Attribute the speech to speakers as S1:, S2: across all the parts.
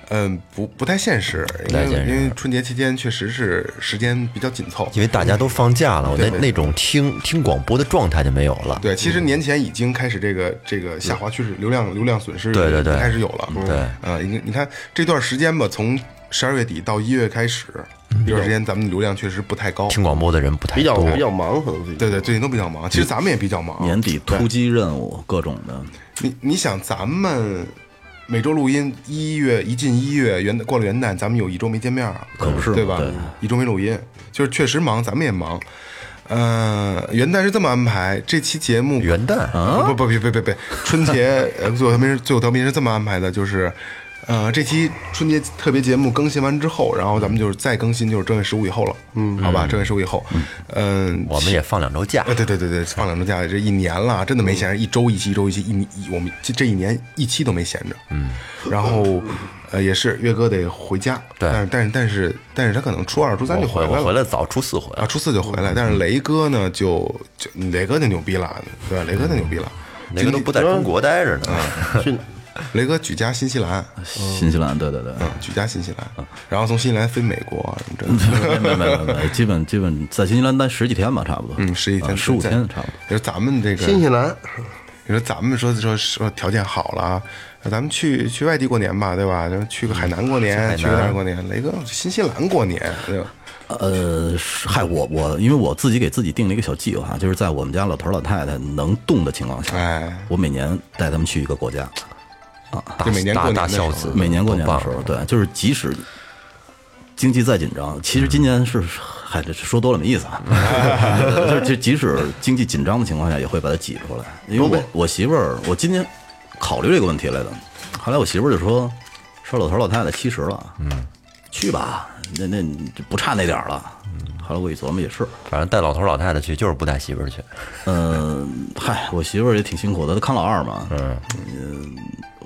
S1: 嗯，不不太现实，因为
S2: 太现实
S1: 因为春节期间确实是时间比较紧凑。
S2: 因为大家都放假了，我那那种听听广播的状态就没有了。
S1: 对，其实年前已经开始这个这个下滑趋势，流量流量损失
S2: 对对对嗯
S1: 开始有了。
S2: 对
S1: 呃，你你看这段时间吧，从十二月底到一月开始，
S2: 嗯
S1: 这段时间咱们流量确实不太高，
S2: 听广播的人不太
S3: 比较
S2: 多，
S3: 比较忙，可能最近
S1: 对对，最近都比较忙。其实咱们也比较忙。
S4: 年底突击任务各种的，
S1: 你你想，咱们每周录音，一月一进一月元过了元旦，咱们有一周没见面啊，
S4: 可不是嘛
S1: 对吧？
S4: 对
S1: 一周没录音，就是确实忙，咱们也忙。呃，元旦是这么安排，这期节目
S2: 元旦
S1: 啊，不不别别别别，春节呃，最后调频是最后调频是这么安排的，就是。呃，这期春节特别节目更新完之后，然后咱们就是再更新，就是正月十五以后了，嗯，好吧，正月十五以后，嗯，
S2: 我们也放两周假
S1: 啊，。对对对对，放两周假，这一年了，啊真的没闲着，一周一期，一周一期，一一我们这这一年一期都没闲着。嗯，然后呃也是岳哥得回家，
S2: 对
S1: 但是但是但是但是他可能初二初三
S2: 我
S1: 就
S2: 回
S1: 来了，
S2: 我回来早，初四回
S1: 啊
S2: 来。
S1: 初四就回来，但是雷哥呢就就雷哥就牛逼了，对吧？雷哥就牛逼了，
S2: 那个嗯都不在
S1: 嗯
S2: 中国待着呢，
S3: 去
S1: 雷哥举家新西
S2: 啊
S1: 兰，
S4: 新西兰，对对对，
S1: 嗯，举家新西兰，然后从新西兰飞美国什么之类的。
S2: 嗯
S4: 没没没没没，基本基本在新西兰待十几天吧，差不多，
S1: 嗯，十几天，
S4: 十五
S1: 在
S4: 天差不多。。
S1: 就是咱们这个
S3: 新西兰，
S1: 你说咱们说说说条件好了啊，那咱们去去外地过年吧，对吧？咱们去个海南过
S2: 嗯
S1: 年，去个哪儿过年？雷哥，去新西兰过年，对吧？
S4: 呃，是嗨，我我因为我自己给自己定了一个小计划，就是在我们家老头儿老太太能动的情况下，
S1: 哎，
S4: 我每年带他们去一个国家，
S1: 就每年过
S2: 大
S1: 年
S2: 大
S1: 的时候
S2: 孝子，
S4: 每年过年
S2: 多棒
S4: 的
S2: 啊
S4: 时候，对，就是即使经济再紧张，其实今年是，嗨，这说多了没 意思啊。就是就即使经济紧张的情况下，也会把它挤出来。因为我我媳妇儿，我今年考虑这个问题来的，后来我媳妇儿就说，说老头老太太七十了，嗯，去吧，那那不差那点儿了。
S2: 嗯
S4: 后来我一琢磨也是，
S2: 反正带老头老太太去，就是不带媳妇儿去。
S4: 嗯，嗨，我媳妇儿也挺辛苦的，她康老二嘛，嗯，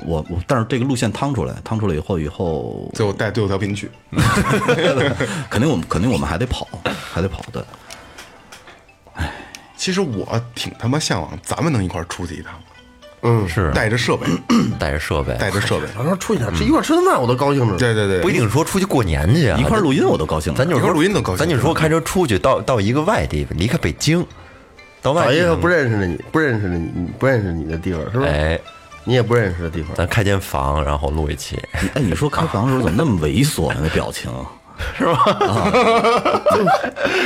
S4: 我我但是这个路线趟出来，趟出来以后，以 后
S1: 最后带最后调频去，
S4: 肯定我们肯定我们还得跑，还得跑的。
S1: 啊其实我挺他妈向往咱们能一块儿出去一趟，
S3: 嗯
S2: 是啊
S1: 带着设备，
S2: 带着设备，
S1: 带 着设备，
S3: 然后出去吃一块吃顿饭，我都高兴着呢。
S1: 对对对，
S2: 不一定说出去过年去啊，
S4: 一块儿录音我都高兴了，
S2: 咱就是
S1: 一块
S2: 说
S1: 儿录音都高兴
S2: 咱就是说开车出去到到一个外地，离开北京，到外
S1: 哎
S3: 找一
S2: 地
S3: 个不认识的你，不认识的你，你不认识你的地方，是吧？
S2: 哎，
S3: 你也不认识的地方，
S2: 咱开间房，然后录一期，
S4: 哎，你说开房的时候怎么那么猥琐呀？那表情，
S3: 不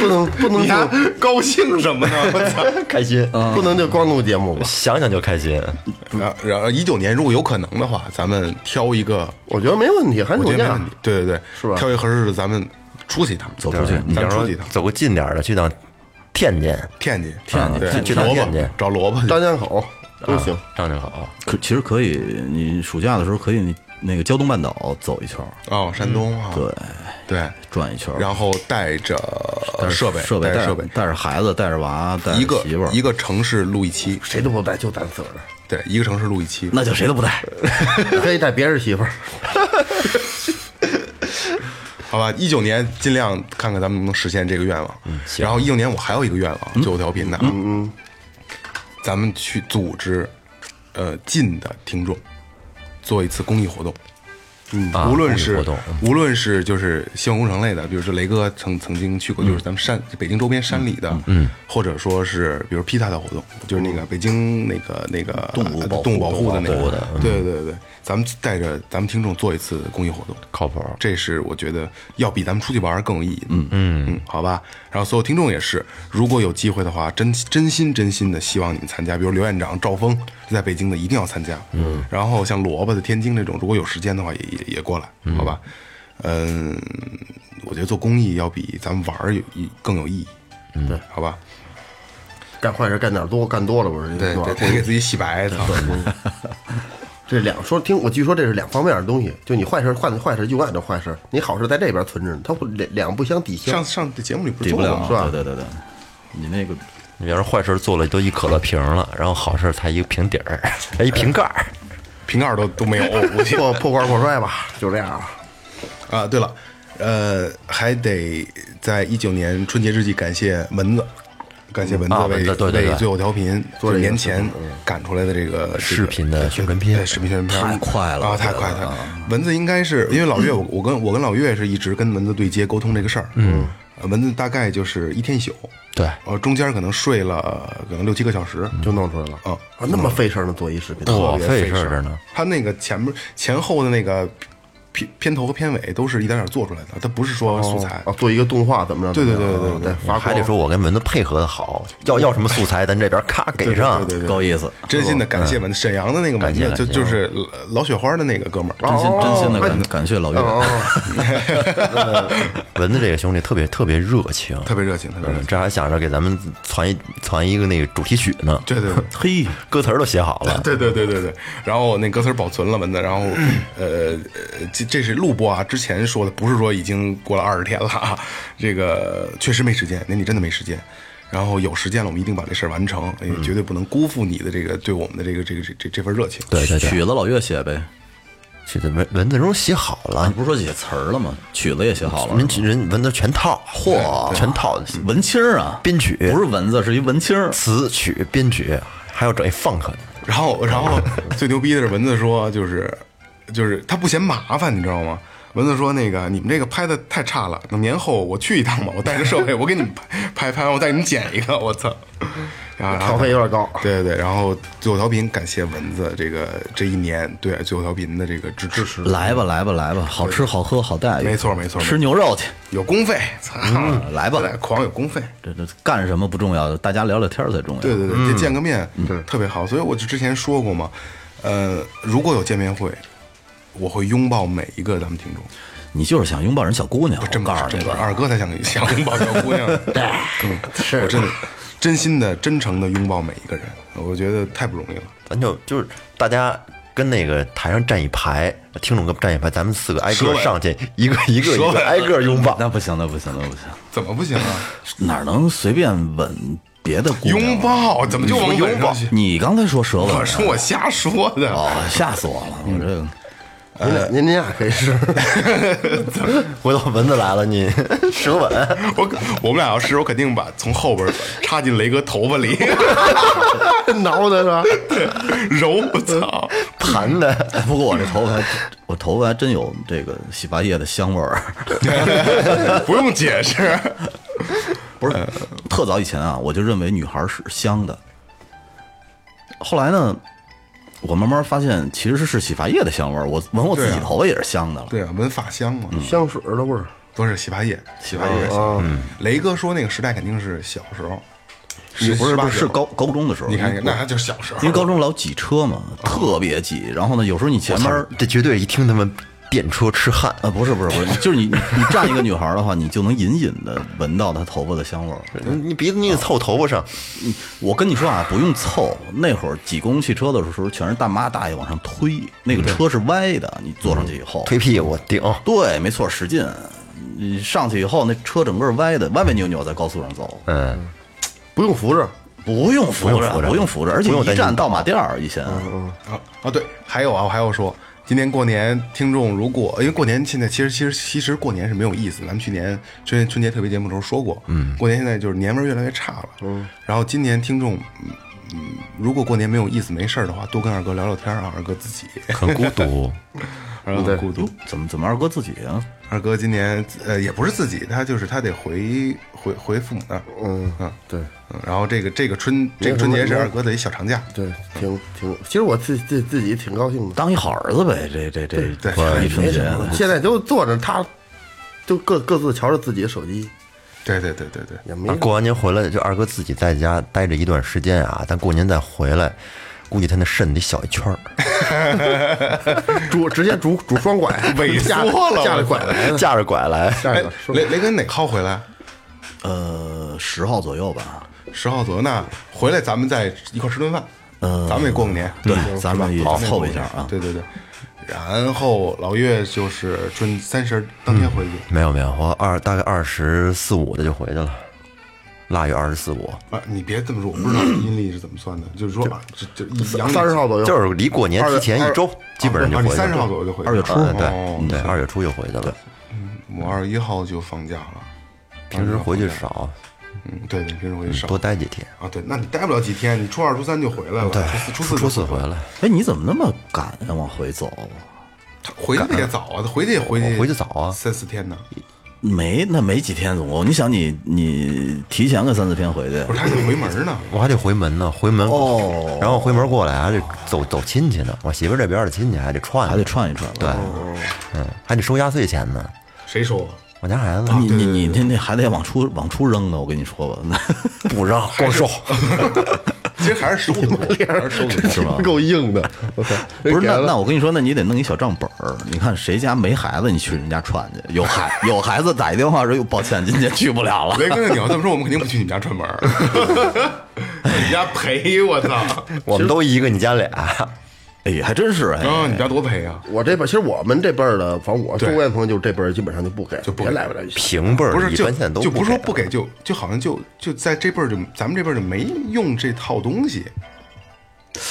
S3: 能不能
S1: 你还
S3: 就
S1: 高兴什么呢？ 我
S2: 开心，
S3: 不能就光录节目吧？
S2: 想想就开心。
S1: 操！然后然后一九年如果有可能的话，咱们挑一个，
S3: 我觉得没问题，寒
S1: 我
S3: 暑
S1: 觉得没
S3: 假
S1: 问题，对对对，
S3: 是吧
S1: 挑一个合适的，咱们出去一趟，走
S4: 出去
S2: 你
S1: 咱
S2: 要
S1: 们出
S2: 说
S1: 去一趟，
S2: 走个近点儿的，去趟天津，
S1: 天津，
S4: 天津
S1: 啊对
S4: 天
S2: 津
S1: 找萝
S2: 天津
S1: 卜，找萝卜去，
S3: 张家口都行。
S2: 啊张家口。
S4: 可其实可以，你暑假的时候可以你那个胶东半岛走一圈儿，
S1: 哦，山东啊，
S4: 对，
S1: 对。
S4: 转一圈儿，
S1: 然后带着设备，
S4: 设备
S1: 带
S4: 带
S1: 着
S4: 着
S1: 设备，
S4: 带着孩子，带着娃，带着
S1: 一个
S4: 媳妇儿，
S1: 一
S4: 个
S1: 个城市录一期，
S3: 谁都不带，就带自个 儿
S1: 对，一个城市录一期。
S4: 那就谁都 不带。
S3: 的，可以带别人媳妇儿。
S1: 好吧，一九年尽量看看咱们能不能实现这个愿望。然后一九年我还有一个愿望，最后调频的，嗯嗯，咱们去组织，呃，近的听众做一次公益活动。嗯
S2: 啊
S1: 无论
S2: 公益
S1: 是
S2: 活动
S1: 无论是就是希望工程类的，比如说雷哥曾曾经去过，就是咱们山北京周边山里的，嗯，或者说是比如 PETA 的活动，就是那个北京那个那个
S4: 动物保护
S1: 动物保护的那
S4: 保护
S1: 个
S4: 的，
S1: 对对对，咱们带着咱们听众做一次公益活动，
S2: 靠谱
S1: 这是我觉得要比咱们出去玩儿更有意义。嗯嗯嗯，好吧。然后所有听众也是，如果有机会的话，真真心真心的希望你们参加，比如刘院长、赵峰在北京的一定要参加。嗯，然后像萝卜的天津这种，如果有时间的话也，也也过来，好吧。嗯，我觉得做公益要比咱们玩儿有意更有意义。嗯，好吧。
S3: 干坏事干点多，干多了不是？
S1: 对
S3: 是吧
S1: 对，别给自己洗白，操！
S3: 这两说听，我据说这是两方面的东西，就你坏事干坏事就按照坏事，你好事在这边存着呢，它不两两不相抵消
S1: 上。上节目里不是
S4: 抵
S1: 做
S4: 不
S1: 过
S4: 了，
S1: 吗？
S3: 是吧
S4: 对对对对，你那个
S2: 你要是坏事做了都一可乐瓶了，然后好事才一个瓶底儿， 哎，一瓶盖儿。
S1: 瓶盖儿都都没有，我 估计。
S3: 破破罐破摔吧，就这样啊。
S1: 啊，对了，呃，还得在一九年春节之际感谢蚊子，感谢蚊子
S2: 啊
S1: 为、
S2: 蚊子对对对
S1: 为最后调频
S3: 做这个
S1: 年前赶出来的这个这个
S2: 嗯视频的宣传片
S1: 对视频宣传片
S4: 太快了
S1: 啊，
S4: 我觉
S1: 太
S4: 得
S1: 快太快
S2: 嗯
S1: 蚊子应该是因为老岳，我我跟我跟老岳是一直跟蚊子对接沟通这个事儿，嗯，蚊子大概就是一天一宿，
S2: 对嗯
S1: 呃，中间可能睡了呃可能六七个小时，
S3: 就弄出来了
S1: 啊
S3: 啊！那么费事儿呢，做一视频，
S2: 多
S3: 特别
S2: 费
S3: 事
S2: 事儿着呢。
S1: 他那个前面前后的那个片片头和片尾都是一点点做出来的，它不是说素材。
S3: 啊，做一个动画怎么着？
S1: 对对对对对
S3: 对，发光
S2: 还得说，我跟蚊子配合的好，要要什么素材，咱这边咔给上。
S1: 对对
S4: 高意思，
S1: 真心的感谢蚊子，沈阳的那个蚊
S2: 感谢
S1: 子
S2: 感
S1: 就
S2: 谢
S1: 就是老雪花的那个哥们儿，
S4: 真心真心的
S1: 哦
S4: 感感谢老岳，
S2: 蚊子这个兄弟特别特别热情，
S1: 特别热情，特别热
S2: 嗯
S1: 情。
S2: 这还想着给咱们传一传一个那个主题曲呢，
S1: 对对对。
S4: 嘿，
S2: 歌词儿都写好 了。
S1: 对对对对对，然后我那歌词儿保存了蚊子，然后呃呃，这这是录播啊，之前说的不是说已经过了二十天了啊，这个确实没时间，那你真的没时间。然后有时间了，我们一定把这事儿完成，也绝对不能辜负你的这个对我们的这个这个这这这份热情。
S2: 对对对，
S4: 曲子老岳写呗，
S2: 这这蚊蚊子都写好了
S4: 你，不是说写词儿了吗？曲子也写好了
S2: 人，人蚊子全套，嚯，全套
S4: 文青儿啊，
S2: 编曲
S4: 不是蚊子，是一文青儿，
S2: 词曲编曲，还要整一 funk。
S1: 然后，然后最牛逼的是蚊子说，就是就是他不嫌麻烦，你知道吗？蚊子说那个你们这个拍的太差了，等年后我去一趟吧，我带着设备，我给你们拍拍拍完，我带你们剪一个，我操！然后然
S3: 消
S1: 后
S3: 费有点高。
S1: 对对对，然后最后调频感谢蚊子这个这一年对最后调频的这个支支持，
S4: 来吧来吧来吧，好吃好喝好待遇，
S1: 没错没错没错
S4: 吃牛肉去，
S1: 有公费，操，
S4: 来吧
S1: 对狂有公费，
S4: 这这干什么不重要，大家聊聊天儿才重要。
S1: 对对对，这见个面特别好，所以我就之前说过嘛，呃，如果有见面会，我会拥抱每一个咱们听众，
S4: 你就是想拥抱人小姑娘，
S1: 真不
S4: 我告
S1: 是
S4: 诉
S1: 真
S4: 你
S1: 不是
S4: 吧，
S1: 二哥才想想拥抱小姑 娘，对，我真的真心的真诚的拥抱每一个人，我觉得太不容易了。
S2: 咱就就是大家跟那个台上站一排，听众跟站一排，咱们四个挨
S1: 舌
S2: 个
S1: 吻
S2: 上去，一 个一个
S1: 舌
S2: 一
S1: 吻
S2: 个挨个拥抱。
S4: 那不行，那不行，那不行，
S1: 怎么不行啊？
S4: 哪能随便吻别的姑娘 啊？
S1: 拥抱怎么就往拥抱？
S4: 你刚才说舌吻，啊
S1: 我说我瞎说的。
S4: 嗯哦，吓死我了！我这个
S3: 您
S1: 呃
S3: 俩您您俩可以试，
S2: 回头蚊子来了，你 舌吻。
S1: 我我们俩要是，我肯定把从后边插进雷哥头发里
S3: 挠的是吧？
S1: 揉，我操！
S2: 盘的，
S4: 哎不过我这头发还，我头发还真有这个洗发液的香味儿。
S1: 不用解释，
S4: 嗯不
S1: 呃
S4: 是，特早以前啊，我就认为女孩是香的。后来呢，我慢慢发现其实是洗发液的香味儿。我闻我自己
S1: 对啊
S4: 头发也是香的了。
S1: 对啊，闻发香嘛，
S4: 嗯
S3: 香水的味儿，
S1: 不是洗发液，洗发液。嗯，雷哥说那个时代肯定是小时候，
S4: 是不是
S1: 十八
S4: 不是
S1: 九
S4: 是高高中的时候？
S1: 你看，哦那还就是小时候，
S4: 因为高中老挤车嘛，特别挤。然后呢，有时候你前面
S2: 这绝对一听他们电车痴汉，
S4: 呃，不是不是不是， 就是你你你站一个女孩儿的话，你就能隐隐的闻到她头发的香味儿。
S2: 你鼻子你得凑头发上，
S4: 我跟你说啊，不用凑，那会儿挤公共汽车的时候，全是大妈大爷往上推，那个车是歪的，你坐上去以后，
S2: 推屁股顶。
S4: 对，没错，使劲。你上去以后，那车整个是歪的，歪歪扭扭在高速上走，
S2: 嗯，
S3: 不用扶着，
S4: 不用扶
S2: 不用扶
S4: 着，
S2: 着
S4: 不用扶着，而且
S2: 不用担
S4: 一
S2: 心
S4: 站到马甸儿以前，
S1: 啊啊，对，还有啊，我还要说，今年过年，听众如果因为过年现在其实其实其实过年是没有意思，咱们去年春春节特别节目的时候说过，嗯，过年现在就是年味儿越来越差了，嗯，然后今年听众。嗯嗯，如果过年没有意思、没事儿的话，多跟二哥聊聊天儿啊。二哥自 己，
S2: 很孤 独，
S1: 二哥很孤独
S4: 哟。怎么怎么二哥自己啊？
S1: 二哥今年呃也不是自己，他就是他得回回回父母那儿。嗯嗯，
S3: 对
S1: 嗯然后这个这个春这个春节是二哥的一小长假，
S3: 对，挺挺，其实我自自自己挺高兴的。
S4: 当一好儿子呗，这这这这一春节，
S3: 现在就坐着，他就各各自瞧着自己的手机，
S1: 对对对对对，
S3: 也没
S2: 啊过完年回来，就二哥自己在家待着一段时间啊，但过年再回来，估计他那肾得小一圈 儿，
S3: 拄直接拄拄双拐，
S1: 萎缩
S3: 架
S1: 了
S3: 架着拐来的，
S2: 架着拐来。
S3: 架
S1: 哎
S3: 着拐说
S1: 雷雷哥你得靠回来，
S4: 呃，十号左右吧。
S1: 十号左右，那回来咱们再一块儿吃顿饭，嗯，咱们也过个年，
S4: 对
S1: 是吧
S4: 咱们也
S1: 咱们也
S4: 凑
S1: 过
S4: 一下啊
S1: 年对对对。然后老岳就是春三十儿当天回去，
S2: 没有没有，我二大概二十四五的就回去了，腊月二十四五，
S1: 啊，你别这么说，我不知道阴历是怎么算的，就是说啊这这一阳历
S3: 三十号左右，
S2: 就是离过年
S1: 二月
S2: 提前一周，基本上就
S1: 啊
S2: 回
S1: 你
S2: 去了。
S1: 三十号左右就回去了，
S4: 二月初
S2: 嗯
S1: 哦嗯
S2: 对对，二月初就回去了，
S1: 我二十一号就放假了，
S2: 平时回去少，
S1: 嗯，对对，平时回去少
S2: 多待几天。
S1: 啊，对，那你待不了几天，你初二、初三就回来了，
S2: 对
S1: 初，
S2: 初
S1: 四、初四
S2: 初
S1: 就
S2: 四回
S1: 来了，
S2: 来，
S4: 哎，你怎么那么赶呀？往回走？
S1: 他回去的也早啊，他回去也回去
S2: 我回去早啊
S1: 三四天呢，
S4: 没那没几天总共，你想你你提前个三四天回去
S1: 不，是，他得回门呢。
S2: 我还得回门呢，回门
S4: 哦
S2: 然后回门过来还得走走亲戚呢，我媳妇儿这边的亲戚还得串，
S4: 还得，串一串。
S2: 对，
S1: 哦
S2: 嗯，还得收压岁钱呢，
S1: 谁收啊？
S2: 我家孩子
S4: 你你你那那还得往出往出扔呢，我跟你说吧，
S2: 不让光收，
S1: 其实还是收的多， 还是收的多。
S4: 是吧？
S3: 够硬的。我操，
S4: 不是，那
S3: 给了
S4: 那我跟你说，那你得弄一小账本儿。你看谁家没孩子，你去人家串去；有孩有孩子打一电话说：“哟，抱歉，今天去不了了。
S1: 雷哥，你要这么说，我们肯定不去你们家串门儿，你家赔我操！
S2: 我们都一个，你家俩，”
S4: 哎，还真是哎，
S1: 啊，你家多赔啊！
S3: 我这辈儿，其实我们这辈儿的，反正我周
S1: 对
S3: 围的朋友就这辈儿基本上就不给，就
S1: 不
S3: 别
S1: 给
S3: 来不来去。
S2: 平辈儿
S1: 不是，
S2: 一
S1: 就
S2: 般现在都
S1: 就不是说
S2: 给
S1: 不给，就就好像就就在这辈儿就咱们这辈儿就没用这套东西，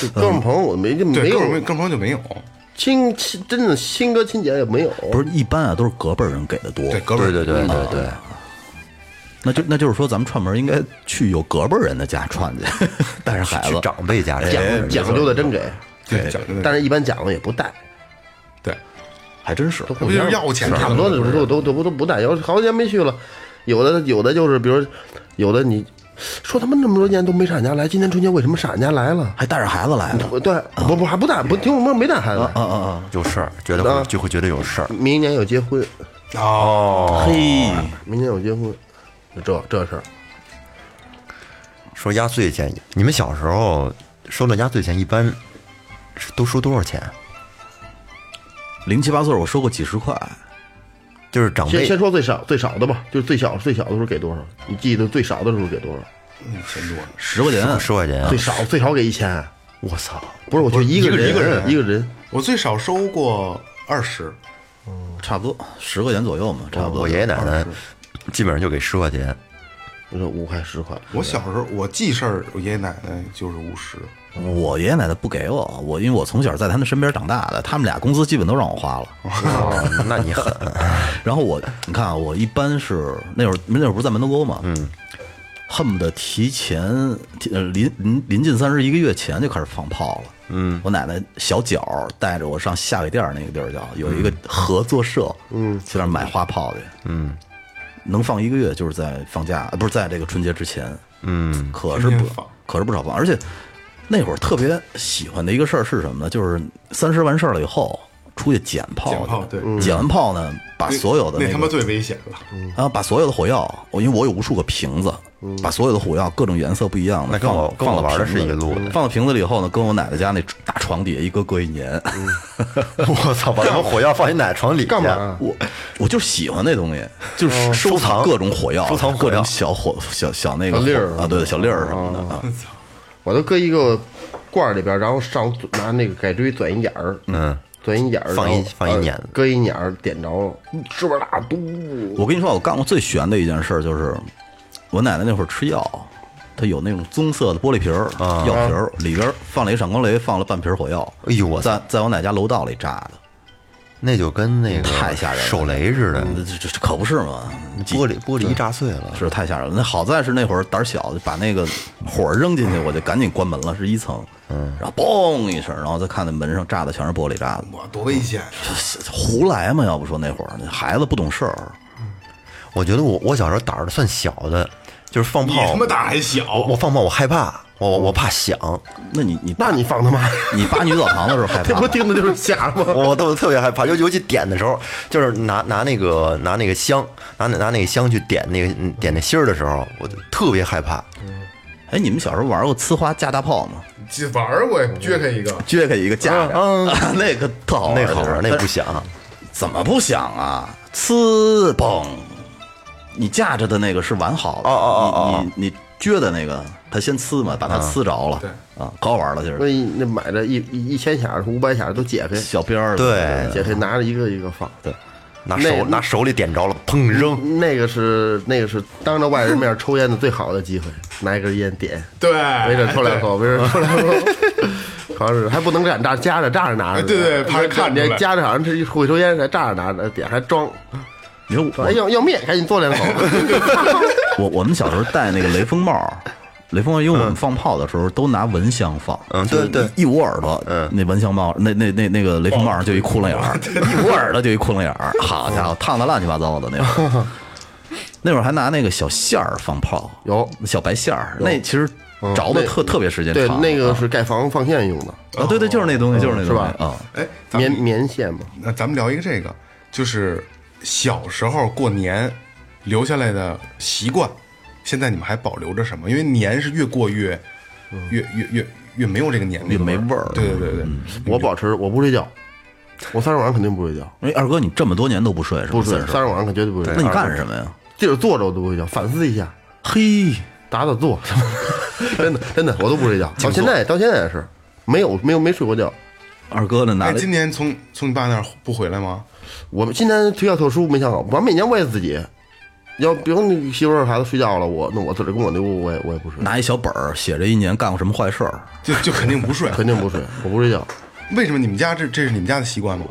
S3: 就哥们儿朋友我没就没
S1: 对，
S3: 有
S1: 哥们儿哥们儿就没有，
S3: 亲亲，真的亲哥亲姐也没有。
S4: 不是一般啊，都是隔辈儿人给的多。
S1: 对，哥们儿
S2: 对对对对对，
S4: 那就那就是说，咱们串门应该去有隔辈儿人的家串去，带着孩
S2: 去
S4: 子。
S2: 长辈家
S3: 讲
S2: 这
S3: 哎讲究的真给，
S1: 对讲究的，
S3: 但是一般讲究也不带，
S1: 对，
S4: 还真是
S3: 都
S1: 不就是要钱
S3: 差不多的时候都都都都不带。有好多年没去了，有的有的就是，比如有的你说他妈那么多年都没上俺家来，今年春节为什么上俺家来了？哎
S4: 还带着孩子来的。
S3: 不对，不不还不带，不听我妈没带孩子，
S4: 啊啊！
S2: 有事儿，觉得会
S3: 啊
S2: 就会觉得有事儿，
S3: 明年有结婚，
S2: 哦
S4: 啊！嘿，
S3: 明年有结婚，就这这事儿。
S2: 说压岁钱，你们小时候收的压岁钱一般是都收多少钱？啊
S4: 零七八岁我收过几十块，
S2: 就是长
S3: 先
S2: 辈
S3: 先说最少最少的吧，就是最小最小的时候给多少？你记得最少的时候给多少？
S4: 十块钱。
S2: 十块钱啊
S3: 最， 少最少给一千。我操！不是，我就一个人一个人一啊个人，
S1: 我最少收过二十，
S4: 差不多十块钱左右嘛，差不多。
S2: 我爷爷奶奶基本上就给十块钱，
S3: 就是五块十块。
S1: 我小时候我记事儿，我爷爷奶奶就是五十，
S4: 我爷爷奶奶不给我，我因为我从小在他们身边长大的，他们俩工资基本都让我花了。
S2: 哦 那你狠，
S4: 然后我，你看啊，我一般是那会儿那会儿不是在门头沟嘛，嗯，恨不得提前提呃临临临近三十一个月前就开始放炮了。嗯，我奶奶小脚儿带着我上下水店儿那个地儿叫有一个合作社，嗯，去那儿买花炮去，嗯，能放一个月，就是在放假，呃不是在这个春节之前，嗯，可是
S1: 天
S4: 不
S1: 天放
S4: 可是不少放，而且那会儿特别喜欢的一个事儿是什么呢？就是三十完事儿了以后。出去捡炮去，
S1: 捡炮对
S4: 捡完炮呢，哦嗯把
S1: 嗯那
S4: 所有的
S1: 那
S4: 个
S1: 他妈最危险了，
S4: 然后把所有的火药，我因为我有无数个瓶子，
S1: 嗯
S4: 把所有的火药各种颜色不一样的，
S2: 那跟我
S4: 放
S2: 跟我
S4: 放到
S2: 玩的
S4: 瓶子
S2: 是一路
S4: 里
S2: 的
S4: 放到瓶子里以后呢，跟我奶奶家那大床底下一搁搁一年，
S1: 嗯
S2: 我操，把他们火药放你奶床里
S3: 干嘛
S2: 去
S3: 啊？
S4: 我我就喜欢那东西，
S1: 哦
S4: 就是
S2: 收藏
S4: 各种火药，
S2: 收藏火药
S4: 各种小火小小那个
S3: 小粒儿
S4: 啊，对小粒
S2: 哦
S4: 儿什么的啊，
S3: 我都搁一个罐儿里边儿，然后上拿那个改锥钻一眼儿，
S2: 嗯，
S3: 钻一眼儿，
S2: 放一
S3: 然后
S2: 放一
S3: 呃
S2: 眼子
S3: 搁一眼儿，点着，是不是大嘟？
S4: 我跟你说，我干过最悬的一件事儿就是，我奶奶那会儿吃药，她有那种棕色的玻璃瓶儿、药瓶儿，里边儿放了一闪光雷，放了半瓶儿火药。
S2: 哎呦我操
S4: 在在我奶家楼道里炸的，
S2: 那就跟那个
S4: 太吓人了
S2: 手雷似的，
S4: 这这这可不是嘛？几
S2: 玻璃玻璃一炸碎了，
S4: 是太吓人了。那好在是那会儿胆儿小，就把那个火儿扔进去，我就赶紧关门了，是一层。嗯，然后嘣一声，然后再看那门上炸的全是玻璃渣子，
S1: 我多危险！啊
S4: 胡来嘛？要不说那会儿那孩子不懂事儿，
S2: 我觉得我我小时候胆儿算小的，就是放
S1: 你
S2: 炮
S1: 他妈，胆儿还
S2: 我
S1: 小，
S2: 我放炮我害怕，我我我怕响，
S4: 那你你
S3: 那你放他妈，
S4: 你扒女澡堂的时候害
S3: 这
S4: 怕
S3: 不
S4: 吗？
S3: 听着就是假吗？
S2: 我我都特别害怕，尤尤其点的时候，就是拿拿那个拿那个香，拿拿那个香去点那个嗯点那芯儿的时候，我就特别害怕。
S4: 哎，你们小时候玩过呲花架大炮吗？
S1: 这玩儿过呀，撅开一个，
S3: 嗯
S4: 撅开一个架着， 那个特好玩儿，
S2: 嗯那好玩儿，
S4: 就是
S2: 那不响，
S4: 怎么不响啊？呲嘣，你架着的那个是完好的，
S2: 哦哦哦嗯
S4: 你你你撅的那个，它先呲嘛，把它呲着了，啊，可好玩了，就
S3: 所
S4: 是
S3: 以 那买的一一一千匣、五百匣都解开，
S4: 小边儿，
S2: 对
S3: 解开拿着一个一个放。哎对，
S2: 拿
S3: 那嗯
S2: 手拿手里点着了，砰扔，
S3: 那个是那个是当着外人面抽烟的最好的机会，拿一根烟点，
S1: 对，
S3: 没事抽两口，
S1: 哎
S3: 没事抽两口， 好像是还不能站扎夹着扎着拿着，
S1: 哎对对怕人看出来
S3: 这夹着好像是会抽烟，还扎着拿着点还装，
S4: 你说
S3: 说哎要要灭，赶紧嘬两口，
S4: 我我我们小时候戴那个雷锋帽。雷锋帽，因为我们放炮的时候都拿蚊香放，
S2: 嗯对
S4: 就是一一捂耳朵，嗯，那蚊香帽，那那那那
S3: 哦
S4: 个 雷锋帽上就一窟窿眼儿，一捂耳朵就一窟窿眼儿，好家伙，烫的乱七八糟的那会儿。那会儿还拿那个小线儿放炮，
S3: 有
S4: 小白线儿，那其实着的
S3: 哦那
S4: 特特别时间
S3: 对，
S4: 长。
S3: 那个是盖房放线用的，
S4: 啊，对对，就是那东西，就是那东西
S3: 是吧
S4: 啊，
S1: 哎，咱
S3: 棉
S1: 们
S3: 棉线嘛，
S1: 那咱们聊一个这个，就是小时候过年留下来的习惯，现在你们还保留着什么？因为年是越过越
S3: 嗯
S1: 越越越越没有这个年味，
S4: 越没味儿
S1: 对对对对，哎
S3: 我保持我不睡觉，我三十晚上肯定不睡觉，
S4: 因哎为二哥你这么多年都不睡是吧？
S3: 不睡，
S4: 三十
S3: 三十晚上可绝对不睡觉。
S4: 那你干什么呀？
S3: 就是坐着我都不睡觉，反思一下，
S4: 嘿，
S3: 打打坐， 真的真的我都不睡觉，到现在到现在也是没有没有没睡过觉。
S4: 二哥呢拿
S1: 哎，
S4: 了
S1: 今年从从你爸那儿不回来吗？
S3: 我们今年学校特殊没想好，完每年我也自己，要比如你媳妇儿孩子睡觉了，我那我自己跟我那屋我也我也不睡，
S4: 拿一小本儿写着一年干过什么坏事儿，
S1: 就就肯定不 睡。
S3: 肯定不睡，我不睡觉。
S1: 为什么你们家这这是你们家的习惯吗？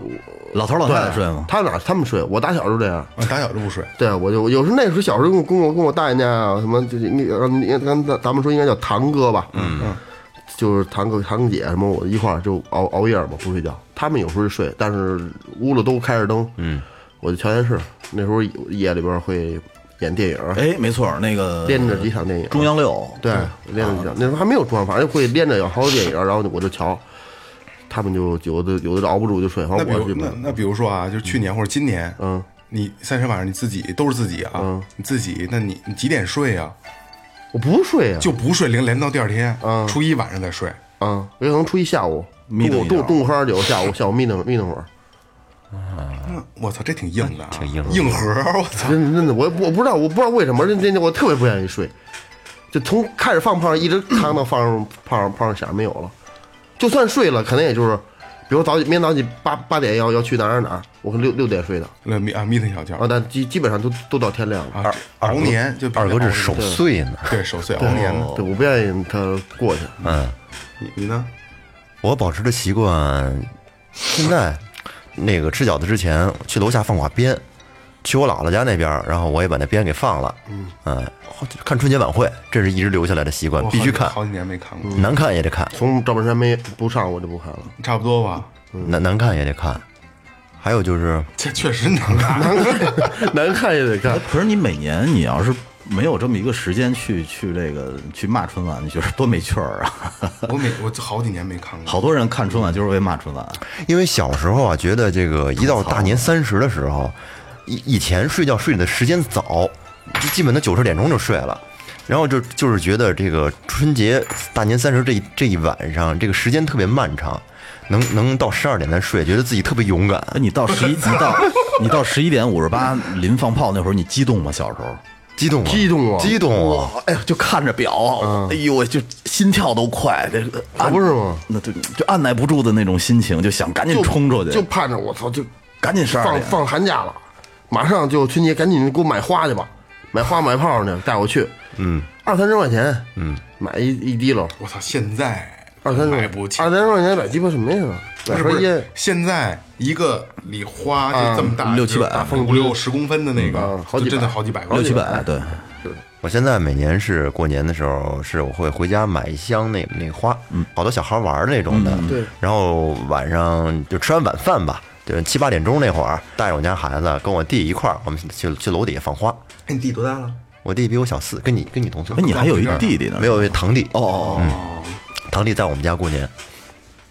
S4: 老头老太太睡吗？
S3: 他哪他们睡？我打小就这样。
S1: 啊，打小就不睡。
S3: 对，我就有时候那时候小时候跟我跟我跟我大爷家啊，什么就是应该应该咱咱咱们说应该叫堂哥吧，嗯嗯，就是堂哥堂姐什么，我一块儿就熬熬夜嘛，不睡觉。他们有时候就睡，但是屋里都开着灯，嗯，我就瞧电视。那时候夜里边会演电影，
S4: 哎，没错，那个
S3: 连着几场电影，
S4: 中央六，
S3: 对，连着几场，那时候还没有中央，反正会连着有好多电影，然后我就瞧。他们就有的有的熬不住就睡，反
S1: 那
S3: 正
S1: 比
S3: 我
S1: 如
S3: 睡不
S1: 那
S3: 着。
S1: 那比如说啊，就是去年或者今年，
S3: 嗯，
S1: 你三十晚上你自己都是自己啊，你自己，那你你几点睡啊？
S3: 我不睡啊，
S1: 就不睡，连连到第二天，
S3: 嗯
S1: 初一晚上再睡。
S3: 啊，有可能初一下午，
S4: 眯瞪
S3: 中午
S4: 一
S3: 中午
S4: 下啊
S3: 中午喝点酒，下午下午眯瞪眯瞪会儿。
S1: 那我操，这挺硬的啊，
S5: 挺硬的
S1: 硬核儿，我操！
S3: 真的真的，我也不我不知道，我不知道为什么，真真的我特别不愿意睡，就从开始放炮一直扛到放上放上放上响没有了，就算睡了，可能也就是，比如早起明天早起八八点要要去哪儿哪儿哪儿，我可能六六点睡的
S1: 那眯啊眯瞪小觉
S3: 啊，但基基本上都都到天亮了。
S1: 啊，熬年就
S5: 二哥这手
S1: 碎，
S5: 碎呢。
S1: 对手碎熬年呢。
S3: 对，我哦不愿意他过去，
S1: 你你呢？
S2: 我保持的习惯，现在那个吃饺子之前去楼下放把鞭，去我姥姥家那边儿，然后我也把那鞭给放了。嗯，看春节晚会，这是一直留下来的习惯
S1: 我，
S2: 必须
S1: 好
S2: 看嗯
S1: 几，好几年没看过，
S2: 难看也得看，
S3: 从赵本山没不上我就不看了，
S1: 差不多吧。
S2: 难难看也得看。还有就是，
S1: 这确实难看，
S3: 难看也得看
S4: 哎。，可是你每年你要是没有这么一个时间去去这个去骂春晚，你觉得多没趣儿啊！
S1: 我每我好几年没看过。
S4: 好多人看春晚就是为骂春晚，
S2: 因为小时候啊，觉得这个一到大年三十的时候，以以前睡觉睡的时间早，就基本都九十点钟就睡了。然后就就是觉得这个春节大年三十这一这一晚上，这个时间特别漫长，能能到十二点再睡，觉得自己特别勇敢。
S4: 哎，你到十一，你到你到十一点五十八临放炮那会儿，你激动吗？小时候？
S2: 激动啊！
S3: 激动啊
S2: 激动啊！
S4: 哎呦，就看着表，哎呦，我就心跳都快，这个
S3: 可嗯啊不是吗？
S4: 那对，就按耐不住的那种心情，就想赶紧
S3: 就
S4: 冲出去，
S3: 就盼着我操就
S4: 赶紧12
S3: 放
S4: 点
S3: 放寒假了，马上就春节，赶紧给我买花去吧，买花买炮去，带我去，嗯，二三十块钱，嗯，买一一滴溜，
S1: 我操，现在
S3: 二三十
S1: 买不起
S3: 二。三十块钱买鸡巴什么呀？
S1: 不
S3: 买
S1: 是不
S3: 盒
S1: 是哦
S3: 烟，，
S1: 现在一个礼花就这么大，
S4: 六七百啊
S1: 就是大风五六十公分的那个
S3: 啊嗯，好几
S1: 就真的
S3: 百
S1: 好几百块
S4: 六
S1: 钱，哎
S4: 七百，对，
S2: 我现在每年是过年的时候，是我会回家买一箱那那个花，好多小孩玩儿那种的。
S3: 对
S2: 然后晚上就吃完晚饭吧，就是七八点钟那会儿，带着我家孩子跟我弟一块儿，我们去去楼底下放花。
S1: 哎，你弟多大了？
S2: 我弟比我小四，跟你跟你同岁
S4: 哎，，你还有一弟弟呢，
S2: 没有堂弟
S4: 哦？哦哦，
S2: 堂弟在我们家过年，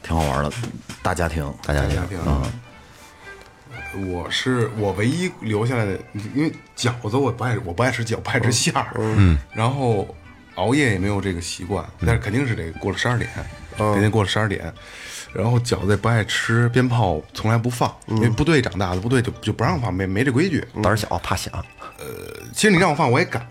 S4: 挺好玩的，大家庭，
S2: 大
S3: 哎
S2: 家庭
S1: 家庭。哎
S4: 嗯
S1: 我是我唯一留下来的，因为饺子我不爱，我不爱吃饺，不爱吃馅儿。嗯，然后熬夜也没有这个习惯，
S4: 嗯
S1: 但是肯定是得过了十二点，
S3: 嗯
S1: 肯定过了十二点。然后饺子也不爱吃，鞭炮从来不放，
S3: 嗯
S1: 因为部队长大的，部队就就不让放，没没这规矩。
S2: 胆儿小怕响，
S1: 其实你让我放，我也敢，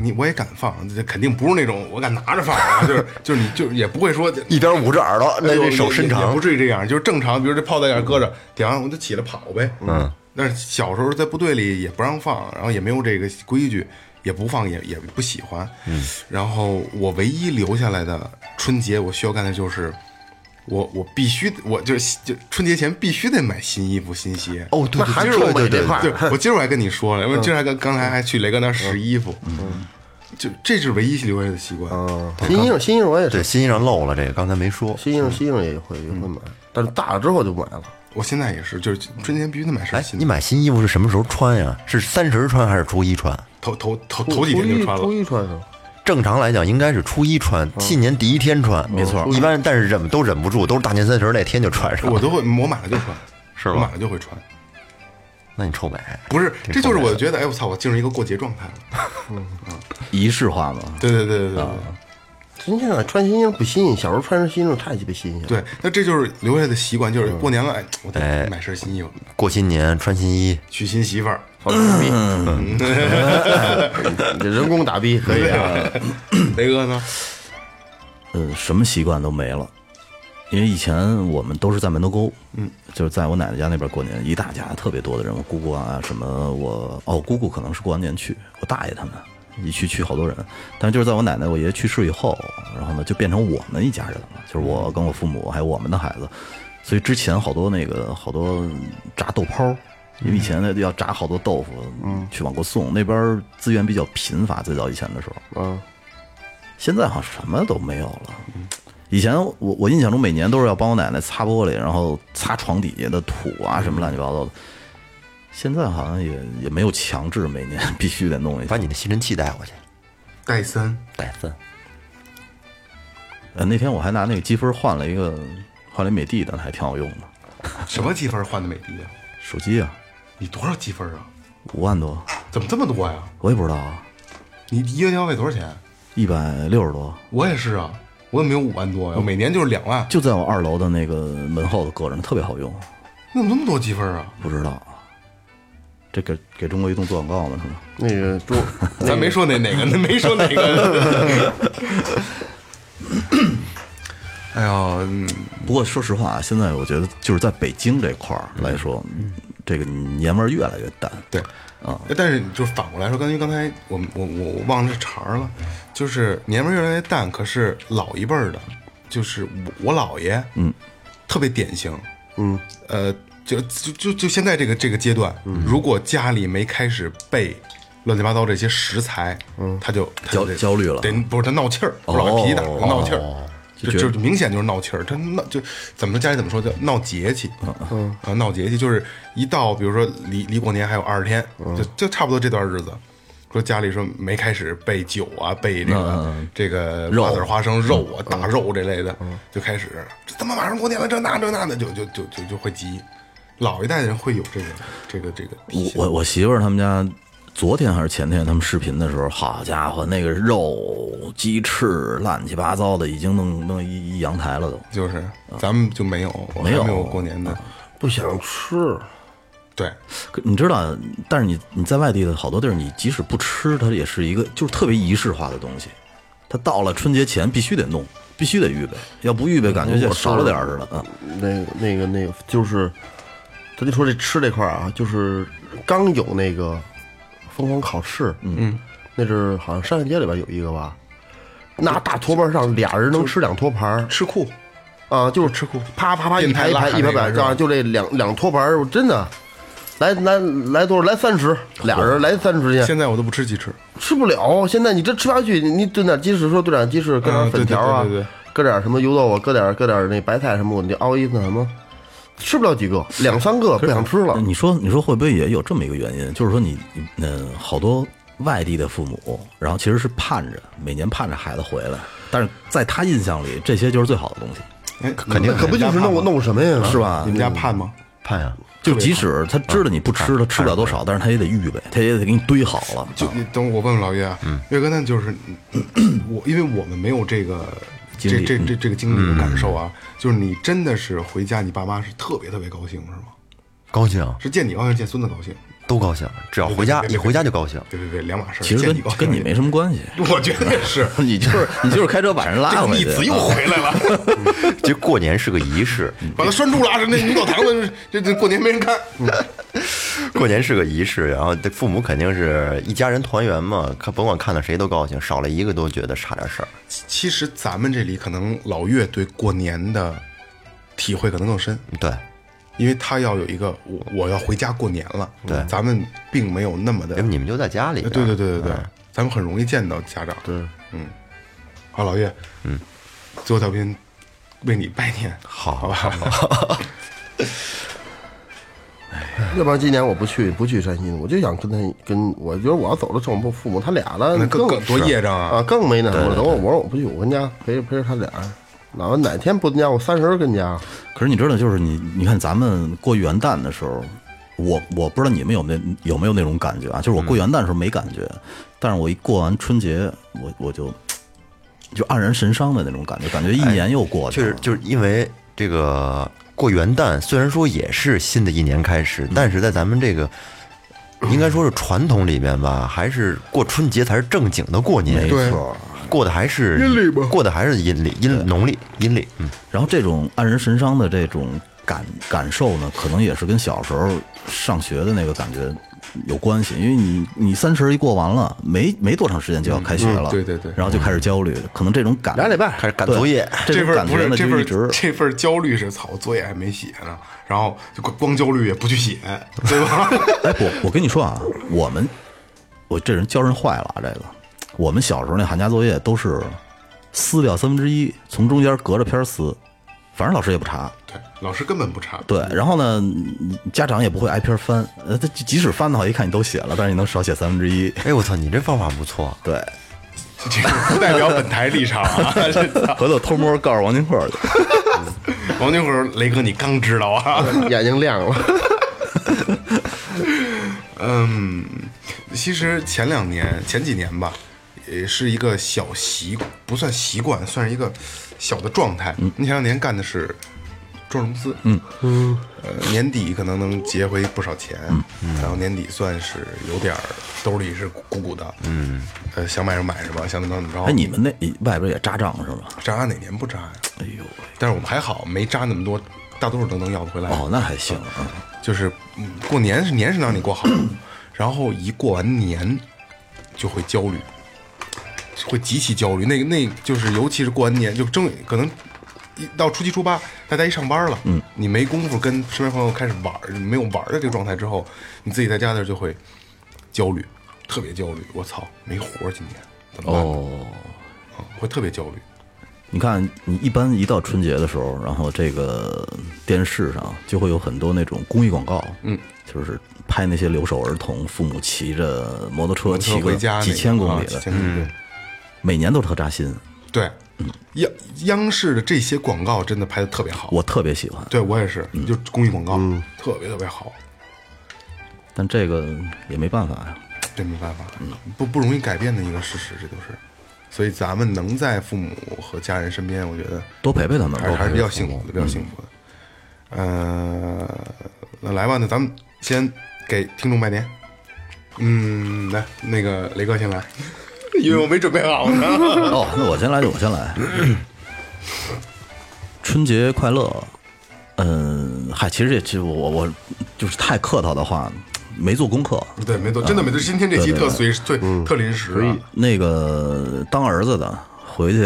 S1: 你我也敢放，这肯定不是那种我敢拿着放啊，就是就是你就是也不会说
S2: 一边捂着耳朵，那那
S1: 哎呦
S2: 手
S1: 也
S2: 伸
S1: 也也
S2: 长
S1: 不，至于这样，就是正常，比如这炮在那儿搁着，点完我就起来跑呗。嗯，但是小时候在部队里也不让放，然后也没有这个规矩，也不放，也也不喜欢。嗯，然后我唯一留下来的春节，我需要干的就是。我我必须，我就是就春节前必须得买新衣服新鞋。
S2: 哦对对
S1: 那还
S2: 对
S1: 是我
S2: 对
S1: 买
S2: 对
S1: 这
S2: 对
S1: 块儿对，我今儿我还跟你说了，因为今儿还跟刚才还去雷哥那儿试衣服，嗯，就这是唯一留下的习惯。
S3: 嗯，新衣裳新衣裳我也
S2: 对，
S3: 是，
S2: 新衣裳漏了这个，刚才没说。
S1: 嗯
S3: 新衣裳新衣裳也会也会买，但是大了之后就不买了，
S1: 我现在也是，就是春节必须得买身
S2: 哎，
S1: 新
S2: 你
S1: 的，
S2: 买新衣服是什么时候穿呀？是三十穿还是初一穿？
S1: 头头头头几天就穿了
S3: 初。一穿上，
S2: 正常来讲应该是初一穿，
S1: 嗯
S2: 新年第一天穿，没错。一般但是忍都忍不住，都是大年三十那天就穿上
S1: 我
S2: 了。
S1: 都会，我买了就穿，
S2: 是
S1: 我
S2: 吧
S1: 买了就会穿。
S2: 那你臭买，
S1: 不是，这就是
S2: 后来
S1: 我
S2: 的
S1: 觉得，哎，我操，我进入一个过节状态了。
S4: 仪式化嘛。
S1: 对对对对对
S3: 真现在穿新衣服不新鲜，小时候穿上新衣服太鸡巴新鲜了。
S1: 对，对那这就是留下来的习惯，就是过年了，哎，我得买身新衣服，
S2: 过新年穿新衣，
S1: 娶新媳妇儿。
S3: 操你妈逼！ 嗯这人工打逼可以啊，
S1: 雷哥呢？
S4: 呃，什么习惯都没了，因为以前我们都是在门头沟，嗯，就是在我奶奶家那边过年，一大家特别多的人，我姑姑啊什么我哦，我姑姑可能是过完年去，我大爷他们一去去好多人，但就是在我奶奶我爷爷去世以后，然后呢就变成我们一家人了，就是我跟我父母还有我们的孩子，所以之前好多那个好多炸豆泡儿。因为以前呢要炸好多豆腐，嗯，去往过送，那边儿资源比较贫乏，最早以前的时候，
S3: 嗯，
S4: 现在好像什么都没有了。以前我我印象中每年都是要帮我奶奶擦玻璃，然后擦床底下的土啊什么乱七八糟的。现在好像也也没有强制每年必须得弄一
S2: 把
S4: 下。
S2: 你的吸尘器带过去，
S1: 戴森，
S2: 带分。
S4: 呃，那天我还拿那个积分换了一个换了一美的，但还挺好用的。
S1: 什么积分换的美的呀？
S4: 手机啊，
S1: 你多少积分啊？
S4: 五万多，
S1: 怎么这么多呀？
S4: 我也不知道啊，
S1: 你一个电话费多少钱？
S4: 一百六十多，
S1: 我也是啊，我也没有五万多呀，我每年就是两万，
S4: 就在我二楼的那个门后头搁着呢，特别好用。
S1: 那怎么那么多积分啊？
S4: 不知道，这给给中国移动做广告呢是吗？
S3: 那个中，
S1: 咱没说哪哪个，没说哪个。 哎呦，嗯
S4: 不过说实话啊，现在我觉得就是在北京这块儿来说，这个年味儿越来越淡。
S1: 对，哎
S4: 啊，
S1: 但是就是反过来说，刚才刚才我们我我我忘了这茬儿了，就是年味儿越来越淡，可是老一辈儿的，就是我我姥爷，嗯，特别典型，嗯，呃，就就就就现在这个这个阶段，
S4: 嗯
S1: 如果家里没开始备。乱七八糟这些食材，嗯，他就他就
S4: 焦
S1: 得
S4: 焦虑了
S1: 得不是他闹气儿，不是老脾气大，
S4: 哦
S1: 闹气儿，
S4: 就
S1: 就
S4: 觉得
S1: 就明显就是闹气儿，他闹就怎么说家里怎么说叫闹节气，嗯啊闹节气就是一到比如说离离过年还有二十天，
S3: 嗯
S1: 就就差不多这段日子，说家里说没开始备酒啊，备这
S3: 嗯
S1: 个这个
S4: 肉
S1: 瓜子儿花生肉啊大肉这类的，
S3: 嗯
S1: 就开始这他妈马上过年了，这那这那的就就就就就会急，老一代的人会有这个这个这个脾
S4: 我
S1: 气，
S4: 我我媳妇儿他们家昨天还是前天他们视频的时候，好家伙，那个肉、鸡翅乱七八糟的，已经弄弄一一阳台了都。
S1: 就是咱们就没有我还
S4: 没有
S1: 没有过年
S3: 嗯
S1: 的，
S3: 不想吃，
S1: 对
S4: 可你知道，但是你你在外地的好多地儿，你即使不吃，它也是一个就是特别仪式化的东西。它到了春节前必须得弄，必须得预备，要不预备感觉就少了点儿似的啊。
S3: 那个那个那个，就是，咱就说这吃这块儿啊，就是刚有那个疯狂烤翅，嗯，那是好像商业街里边有一个吧，拿大托盘上俩人能吃两托盘儿
S1: 吃库
S3: 啊，就是吃库，啪啪啪一
S1: 变态
S3: 排一
S1: 拉开
S3: 排一排
S1: 那个
S3: 摆
S1: 是吧
S3: 上，就这两两托盘儿，我真的。来来来多少？来三十，俩人来三十去，
S1: 现在我都不吃鸡翅，
S3: 吃不了。现在你这吃不下去，你你炖点鸡翅，说炖点鸡翅，搁点
S1: 嗯对
S3: 粉
S1: 对
S3: 条啊
S1: 对对对，
S3: 搁点什么油豆腐，搁点搁点那白菜什么，你就熬一那什么，吃不了几个，两三个不想吃了
S1: 嗯
S4: 那。呃你说，你说会不会也有这么一个原因？就是说你，嗯、好多外地的父母，然后其实是盼着每年盼着孩子回来，但是在他印象里，这些就是最好的东西，
S1: 哎，
S2: 肯定
S3: 可不就是弄啊弄什么
S1: 嗯
S3: 呀？
S4: 是吧
S1: 你？们家盼吗？
S2: 盼呀，
S4: 就即使他知道你不吃，他吃不了多少，但是他也得预备，他也得给你堆好了。
S1: 嗯就你等我问问老岳啊，岳哥，那就是嗯 我，因为我们没有这个
S4: 经
S1: 这
S4: 历
S1: 这这这个经历的感受啊，就是你真的是回家，你爸妈是特别特别高兴是吗？
S2: 高兴
S1: 是见你高兴，见孙子高兴？
S2: 都高兴，只要回家
S1: 别别别
S2: 一回家就高兴。
S1: 对对对，两码事儿。
S4: 其实
S1: 见
S4: 跟
S1: 你高兴
S4: 跟你没什么关系，
S1: 我觉得也是。
S4: 你就是你就是开车把人
S1: 这
S4: 拉
S1: 个
S4: 回
S1: 逆
S4: 去啊
S1: 子。又回来了，
S2: 其实过年是个仪式，
S1: 把他拴住了，这那你澡堂子，这这过年没人看。
S2: 过年是个仪式，然后这父母肯定是一家人团圆嘛，看甭管看到谁都高兴，少了一个都觉得差点事儿。
S1: 其实咱们这里可能老岳对过年的体会可能更深，
S2: 对，
S1: 因为他要有一个我我要回家过年了，对，咱们并没有那么的
S2: 要不你们就在家里边儿。
S1: 哎对对对对对，咱们很容易见到家长。对，嗯，好，老岳，嗯， 最后调频为你拜年，
S2: 好
S1: 好吧？
S3: 要不然今年我不去不去山西了，我就想跟他跟我觉得我要走了，剩我父母他俩了，
S1: 那更更多业障啊
S3: 啊，更没那什么了。等我我说我不去，我跟家陪着陪着他俩，哪哪天不跟家，我三十儿跟家，
S4: 可是你知道，就是你，你看咱们过元旦的时候，我我不知道你们有没有有没有那种感觉啊？就是我过元旦的时候没感觉，但是我一过完春节，我我就就黯然神伤的那种感觉，感觉一年又过去
S2: 哎确
S4: 了。
S2: 实就是因为这个过元旦，虽然说也是新的一年开始，但是在咱们这个应该说是传统里面吧，还是过春节才是正经的过年，
S1: 对，
S2: 过的还是阴历吧，过的还是阴历阴农历阴历，嗯，
S4: 然后这种黯然神伤的这种感感受呢，可能也是跟小时候上学的那个感觉有关系，因为你你三十一过完了，没没多长时间就要开学
S1: 嗯
S4: 了，
S1: 对对对
S4: 然后就开始焦虑，可能这种感
S3: 俩礼拜
S2: 开始赶作业，
S4: 对
S1: 这
S4: 这种
S1: 份
S4: 感
S1: 不
S4: 觉
S1: 是
S4: 呢
S1: 这
S4: 就一直
S1: 份这份焦虑是操，作业还没写呢，然后就光光焦虑也不去 写，对吧？
S4: 哎，我我跟你说啊，我们我这人教人坏了啊，这个我们小时候那寒假作业都是撕掉三分之一，从中间隔着片儿撕，反正老师也不查。
S1: 对，老师根本不查。
S4: 对，然后呢，你家长也不会挨篇儿翻，呃，他即即使翻的话，一看你都写了，但是你能少写三分之一。
S2: 哎，我操，你这方法不错，
S4: 对，
S1: 这个不代表本台立场啊！这操
S4: 回头偷摸告诉王金克去。
S1: 王金辉，雷哥，你刚知道啊？
S3: 眼睛亮了。
S1: 嗯，其实前两年、前几年吧，也是一个小习，不算习惯，算是一个小的状态。
S4: 嗯
S1: 你前两年干的是装融资，嗯呃，年底可能能结回不少钱，
S4: 嗯
S1: 然后年底算是有点儿兜里是鼓鼓的，嗯，呃，想买什么买什么，想怎么着怎么着。
S4: 哎，你们那外边也扎账是吧？
S1: 扎哪年不扎呀？
S4: 哎呦，
S1: 但是我们还好，没扎那么多，大多数都能要得回来。
S4: 哦，那还行啊。
S1: 就是嗯过年是年是让你过 好，然后一过完年就会焦虑，会极其焦虑。那个那就是尤其是过完年，就正可能一到初七初八，大家一上班了，嗯，你没工夫跟身边朋友开始玩儿，没有玩儿的这个状态之后，你自己在家的时候就会焦虑，特别焦虑。我操，没活儿今年怎么办？
S4: 哦，
S1: 会特别焦虑。
S4: 你看，你一般一到春节的时候，然后这个电视上就会有很多那种公益广告，嗯，就是拍那些留守儿童，父母骑着摩托车
S1: 车
S4: 骑个
S1: 回家那个
S4: 几千公
S1: 啊
S4: 里嗯
S1: 几
S4: 的，
S1: 千哦公里对
S4: 每年都特扎心，
S1: 对，嗯央央视的这些广告真的拍的特别好，
S4: 我特别喜欢。
S1: 对我也是，
S4: 嗯
S1: 就公益广告、特别特别好，
S4: 但这个也没办法呀、
S1: 这没办法，
S4: 嗯
S1: 不不容易改变的一个事实，这都是。所以咱们能在父母和家人身边，我觉得
S4: 多陪陪他们
S1: 还是还是比较
S4: 多陪陪
S1: 幸福的，比较幸福的。呃，那来吧，那咱们先给听众拜年。嗯，来，那个雷哥先来， 因为我没准备好呢。
S4: 哦，那我先来，我 先来。春节快乐，嗯，嗨，其实也其实我我就是太客套的话，没做功课，
S1: 对，没错，真的没错。今天这期
S4: 啊对嗯
S1: 特随，特特临时啊，
S4: 那个当儿子的回去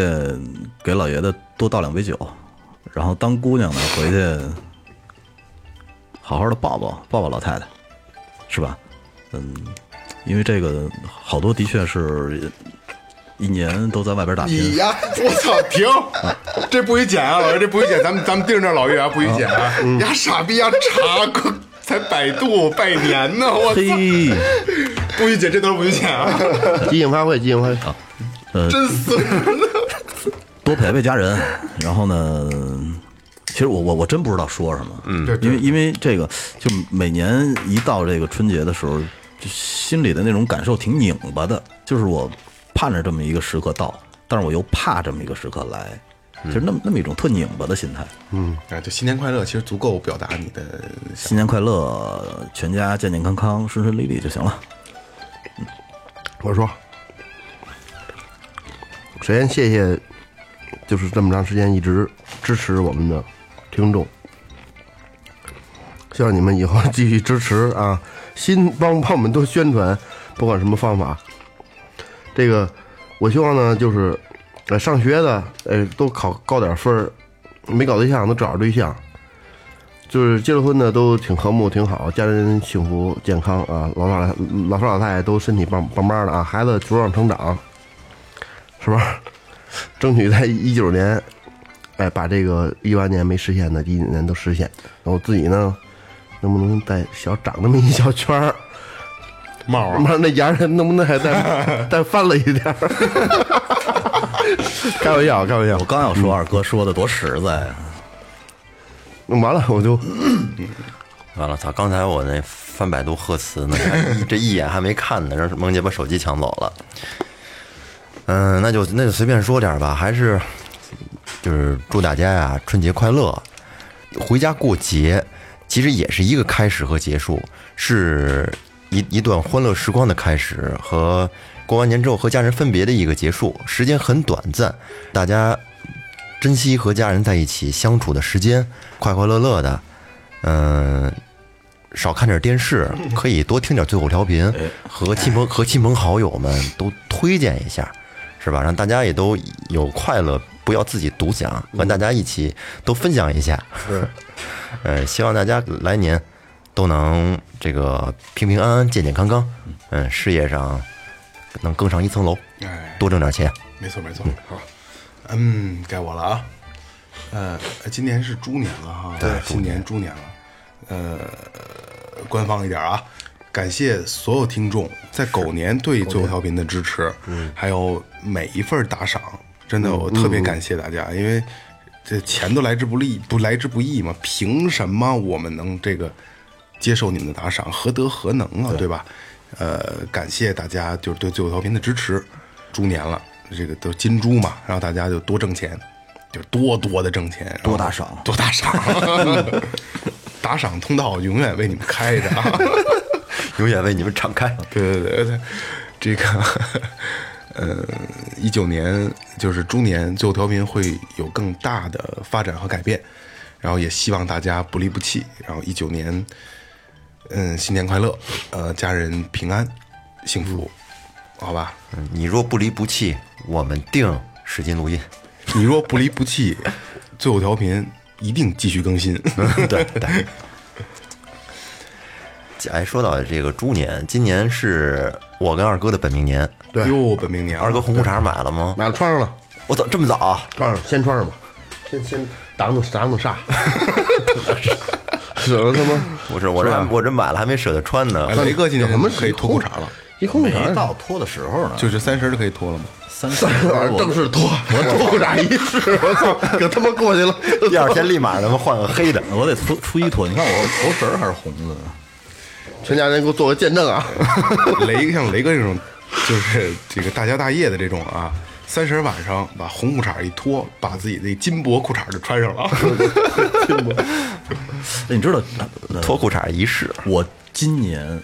S4: 给老爷子多倒两杯酒，然后当姑娘的回去好好的抱抱抱抱老太太，是吧？嗯，因为这个好多的确是一年都在外边打
S1: 你
S4: 拼。
S1: 呀， 我操！停，这不许剪啊，老岳，这不许剪，咱们咱们盯着老岳啊，不许剪啊！你丫傻逼呀，查过才百度拜年 呢，我操！
S4: 嘿，
S1: 不许剪，这段不许剪 啊，
S3: 即兴发挥，即兴发挥，
S1: 真死人了！
S4: 多陪陪家人，然后呢，其实我我我真不知道说什么，嗯，
S1: 对
S4: 因为
S1: 对，
S4: 因为这个，就每年一到这个春节的时候，就心里的那种感受挺拧巴的，就是我盼着这么一个时刻到，但是我又怕这么一个时刻来，就是那么那么一种特拧巴的心态。
S1: 啊，就新年快乐，其实足够表达你的想
S4: 新年快乐，全家健健康康、顺顺利利就行了。
S3: 我说，首先谢谢，就是这么长时间一直支持我们的听众，希望你们以后继续支持啊！新帮帮我们多宣传，不管什么方法，这个我希望呢，就是呃上学的呃都考高点分儿，没搞对象都找着对象。就是结了婚的都挺和睦，挺好，家人幸福健康啊，老老老少老太太都身体棒棒棒的啊，孩子茁壮成长，是吧？ 争取在一九年，哎，把这个一八年没实现的，一九年都实现。然后自己呢，能不能带小长那么一小圈儿？
S1: 帽儿啊，
S3: 妈，那洋人能不能还 再再翻了一点儿？开玩笑，开玩笑
S4: 我。刚要说二哥说的多实在啊，
S3: 完了，我就
S2: 完了，操！刚才我那翻百度贺词呢，还这一眼还没看呢，让萌姐把手机抢走了。嗯，那就那就随便说点儿吧，还是就是祝大家呀、春节快乐，回家过节，其实也是一个开始和结束，是一一段欢乐时光的开始和过完年之后和家人分别的一个结束，时间很短暂，大家珍惜和家人在一起相处的时间，快快乐乐的，嗯、少看点电视，可以多听点最后调频，和亲朋和亲朋好友们都推荐一下，是吧？让大家也都有快乐，不要自己独享，和大家一起都分享一下。是， 呃，希望大家来年都能这个平平安安、健健康康，嗯，事业上能更上一层楼，
S1: 哎，
S2: 多挣点钱。
S1: 没错没错，好，嗯，该我了啊，呃，今年是猪年了哈，对，今年猪年了，呃，官方一点啊，感谢所有听众在狗年对最后调频的支持，嗯，还有每一份打赏，真的我特别感谢大家，因为这钱都来之不利不来之不易嘛，凭什么我们能这个接受你们的打赏，何德何能啊，对吧？呃，感谢大家就是对最后调频的支持，猪年了，这个都金猪嘛，然后大家就多挣钱，就是多多的挣钱，然后
S4: 多打赏啊
S1: 多打赏，啊打赏通道永远为你们开着啊！
S2: 永远为你们敞开。
S1: 对对对对，这个，呃，一九年就是猪年，最后调频会有更大的发展和改变，然后也希望大家不离不弃，然后一九年，嗯，新年快乐，呃，家人平安幸福，好吧？
S2: 嗯你若不离不弃，我们定使劲 录音。
S1: 你若不离不弃，最后调频一定继续更新。
S2: 对对。哎，说到这个猪年，今年是我跟二哥的本命年。
S3: 对
S1: 哟，本命年了
S2: 二哥红裤衩买了吗？
S3: 买了穿上了，
S2: 我操，这么早啊？
S3: 穿上先穿上吧，先先挡挡挡挡 煞，舍得他妈
S2: 不是，啊我这还我这买了还没舍得穿呢
S1: 哎。雷哥今年
S3: 什么
S1: 可以脱裤衩啊了，
S3: 一空
S4: 没
S3: 衩
S4: 到脱的时候呢，
S1: 就是三十就可以脱了吗？
S4: 三
S3: 三
S4: 十
S3: 个 正式脱，我脱裤衩一试，我操，给他妈过去了。
S2: 第二天立马咱们换个黑的。
S4: 我得初初一脱，你看我头绳儿还是红的呢，
S3: 全家人给我做个见证啊！
S1: 雷像雷哥这种，就是这个大家大业的这种啊，三十晚上把红裤衩一脱，把自己那金箔裤衩就穿上 了。
S4: 哎你知道呃
S2: 脱裤衩仪式，
S4: 我今年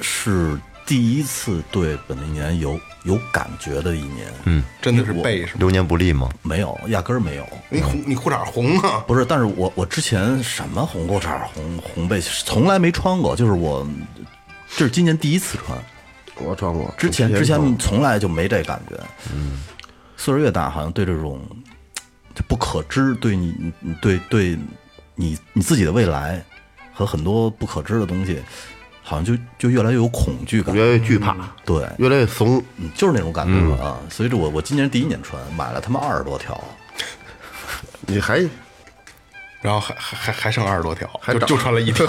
S4: 是第一次对本命年有有感觉的一年，嗯，
S1: 真的是背是吗？
S2: 流年不利 吗？
S4: 没有，压根儿没有。
S1: 你红你裤衩红啊？
S4: 不是，但是我我之前什么红裤衩、红红背心从来没穿过，就是我这是今年第一次穿，
S3: 我穿过，
S4: 之前之
S3: 穿过
S4: 前从来就没这感觉。嗯，岁数越大，好像对这种就不可知，对你你对对你你自己的未来和很多不可知的东西，好像就就越来越有恐惧感
S3: 越。来越惧怕，
S4: 对，
S3: 越来越怂。
S4: 嗯就是那种感觉啊。所以这我我今年第一年穿，买了他妈二十多条，
S3: 你还
S1: 然后还还还还剩二十多条，
S3: 还
S1: 就
S3: 长
S1: 就穿了一条。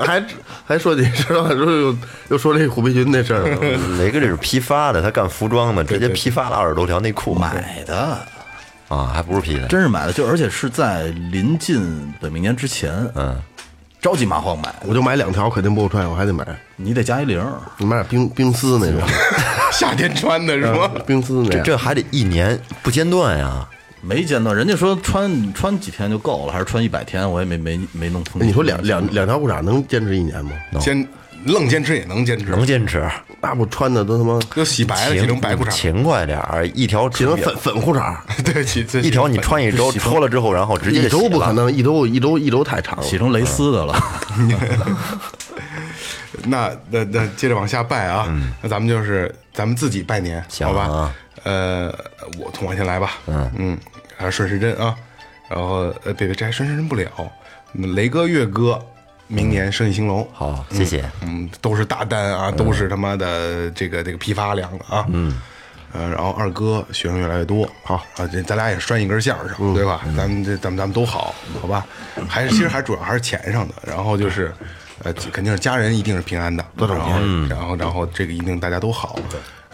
S3: 还还说你知道，说又又说这虎背裙那事儿了，
S2: 雷哥这是批发的，他干服装的，直接批发了二十多条内裤。
S4: 买的。
S2: 啊，还不是批的。
S4: 真是买的，就而且是在临近本命年之前，
S2: 嗯，
S4: 着急麻慌买的，
S3: 我就买两条，肯定不够穿，我还得买，
S4: 你得加一零儿。
S3: 你买点冰冰丝那种，
S1: 夏天穿的是吗？
S3: 冰丝那
S2: 这
S3: 样
S2: 这还得一年不间断呀。
S4: 没间断，人家说穿穿几天就够了，还是穿一百天，我也没没没弄清楚。
S3: 你说两两两条裤衩能坚持一年吗？
S1: 坚愣坚持也嗯能坚持，
S2: 能坚持，
S3: 那不穿的都他妈
S1: 就洗白了，洗成白裤衩。
S2: 勤快点儿，一条
S3: 洗成粉粉裤衩，
S1: 对，洗这
S2: 一条你穿一周，脱了之后，然后直接
S3: 一
S2: 就洗
S3: 周不
S2: 了
S3: 可能，一周一周一周太长了。
S4: 洗成蕾丝的了，
S3: 嗯
S1: 那那那接着往下拜啊，那咱们就是咱们自己拜年，
S2: 嗯行
S1: 好吧？
S2: 啊
S1: 呃，我从我先来吧，嗯嗯，还是顺时针啊，然后呃，别别，这还顺时针不了，嗯雷哥、岳哥，明年生意兴隆，
S2: 好，谢谢。
S1: 嗯，都是大单啊，都是他妈的这个这个批发量的啊，嗯，呃，然后二哥学生越来越多，好啊，这咱俩也拴一根线儿上，对吧？咱们这咱们咱们都好，好吧？还是其实还主要还是钱上的，然后就是呃，肯定是家人一定是平安的，然后然后然后这个一定大家都好，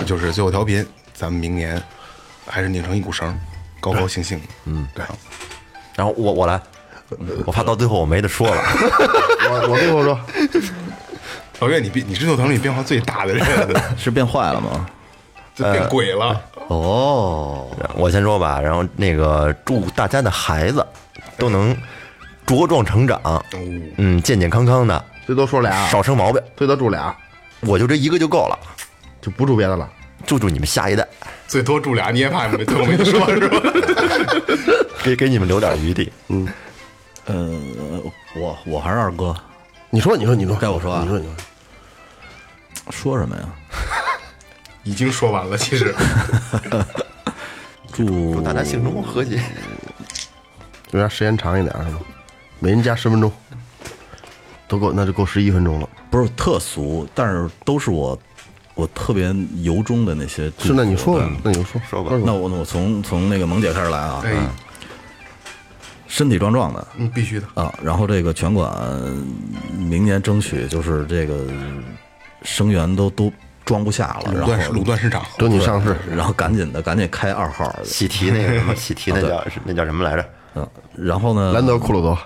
S1: 就是最后调频，咱们明年还是拧成一股绳，高高兴兴的，嗯，对，
S2: 然后我我来，我怕到最后我没得说了。
S3: 我我最后说，
S1: 老岳，你变你是座团里变化最大的人 了，
S4: 是变坏了 吗？
S1: 就变鬼了，
S4: 哦，
S2: 我先说吧，然后那个祝大家的孩子都能茁壮成长，嗯，健健康康的，
S3: 最多说俩，
S2: 少生毛病。
S3: 最多住俩，
S2: 我就这一个就够了，
S3: 就不住别的了。
S2: 就祝你们下一代，
S1: 最多住俩，你也怕你们最后没得说是吧？
S2: 给给你们留点余地。
S4: 呃，我我还是二哥，
S3: 你说，你说，你说，
S4: 该我说啊
S3: 你说，你说，
S4: 说什么呀？
S1: 已经说完了，其实
S4: 祝
S2: 大家心中和谐。
S3: 就让时间长一点是吗？每人加十分钟，都够，那就够十一分钟了。
S4: 不是特俗，但是都是我我特别由衷的那些祝福。
S3: 是，那你说吧，那你就说
S2: 说吧
S4: 嗯那我那我从从那个萌姐开始来
S3: 哎
S4: 啊，嗯身体壮壮的
S1: 嗯，必须的，
S4: 啊，然后这个拳馆明年争取就是这个生源都都装不下
S3: 嗯
S1: 垄
S4: 了，然
S1: 断市
S4: 后
S1: 垄断市场，
S3: 等你上市，
S4: 然后赶紧的赶紧开二号，
S2: 喜提那个什么，喜提那叫是那叫什么来着？
S4: 嗯，然后呢，
S3: 兰德库鲁多，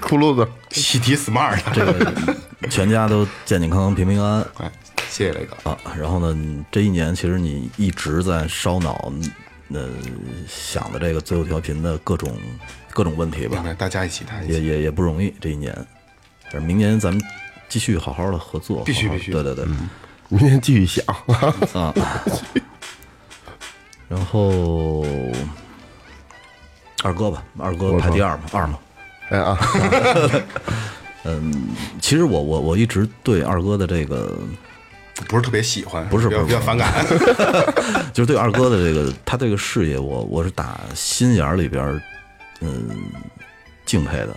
S3: 库鲁多，
S1: 喜提 smart，
S4: 这个 全家都健健康康、平平安安
S1: 哎，谢谢雷哥，
S4: 啊。然后呢，这一年其实你一直在烧脑，呃，想的这个最后调频的各种各种问题吧
S1: 两，哎个大家一起谈一
S4: 也
S1: 起，
S4: 也也不容易这一年。但是明年咱们继续好好的合作，
S1: 必须
S4: 好好地
S1: 必须嗯
S4: 对对对，
S3: 明天继续想。
S4: 啊。然后二哥吧，二哥排第二嘛，二嘛。嗯
S3: 哎啊，
S4: 其实我我我一直对二哥的这个
S1: 不是特别喜欢，
S4: 不是
S1: 比较
S4: 不
S1: 比
S4: 是
S1: 较反感，
S4: 就是对二哥的这个他这个事业，我我是打心眼儿里边儿，嗯，敬佩的，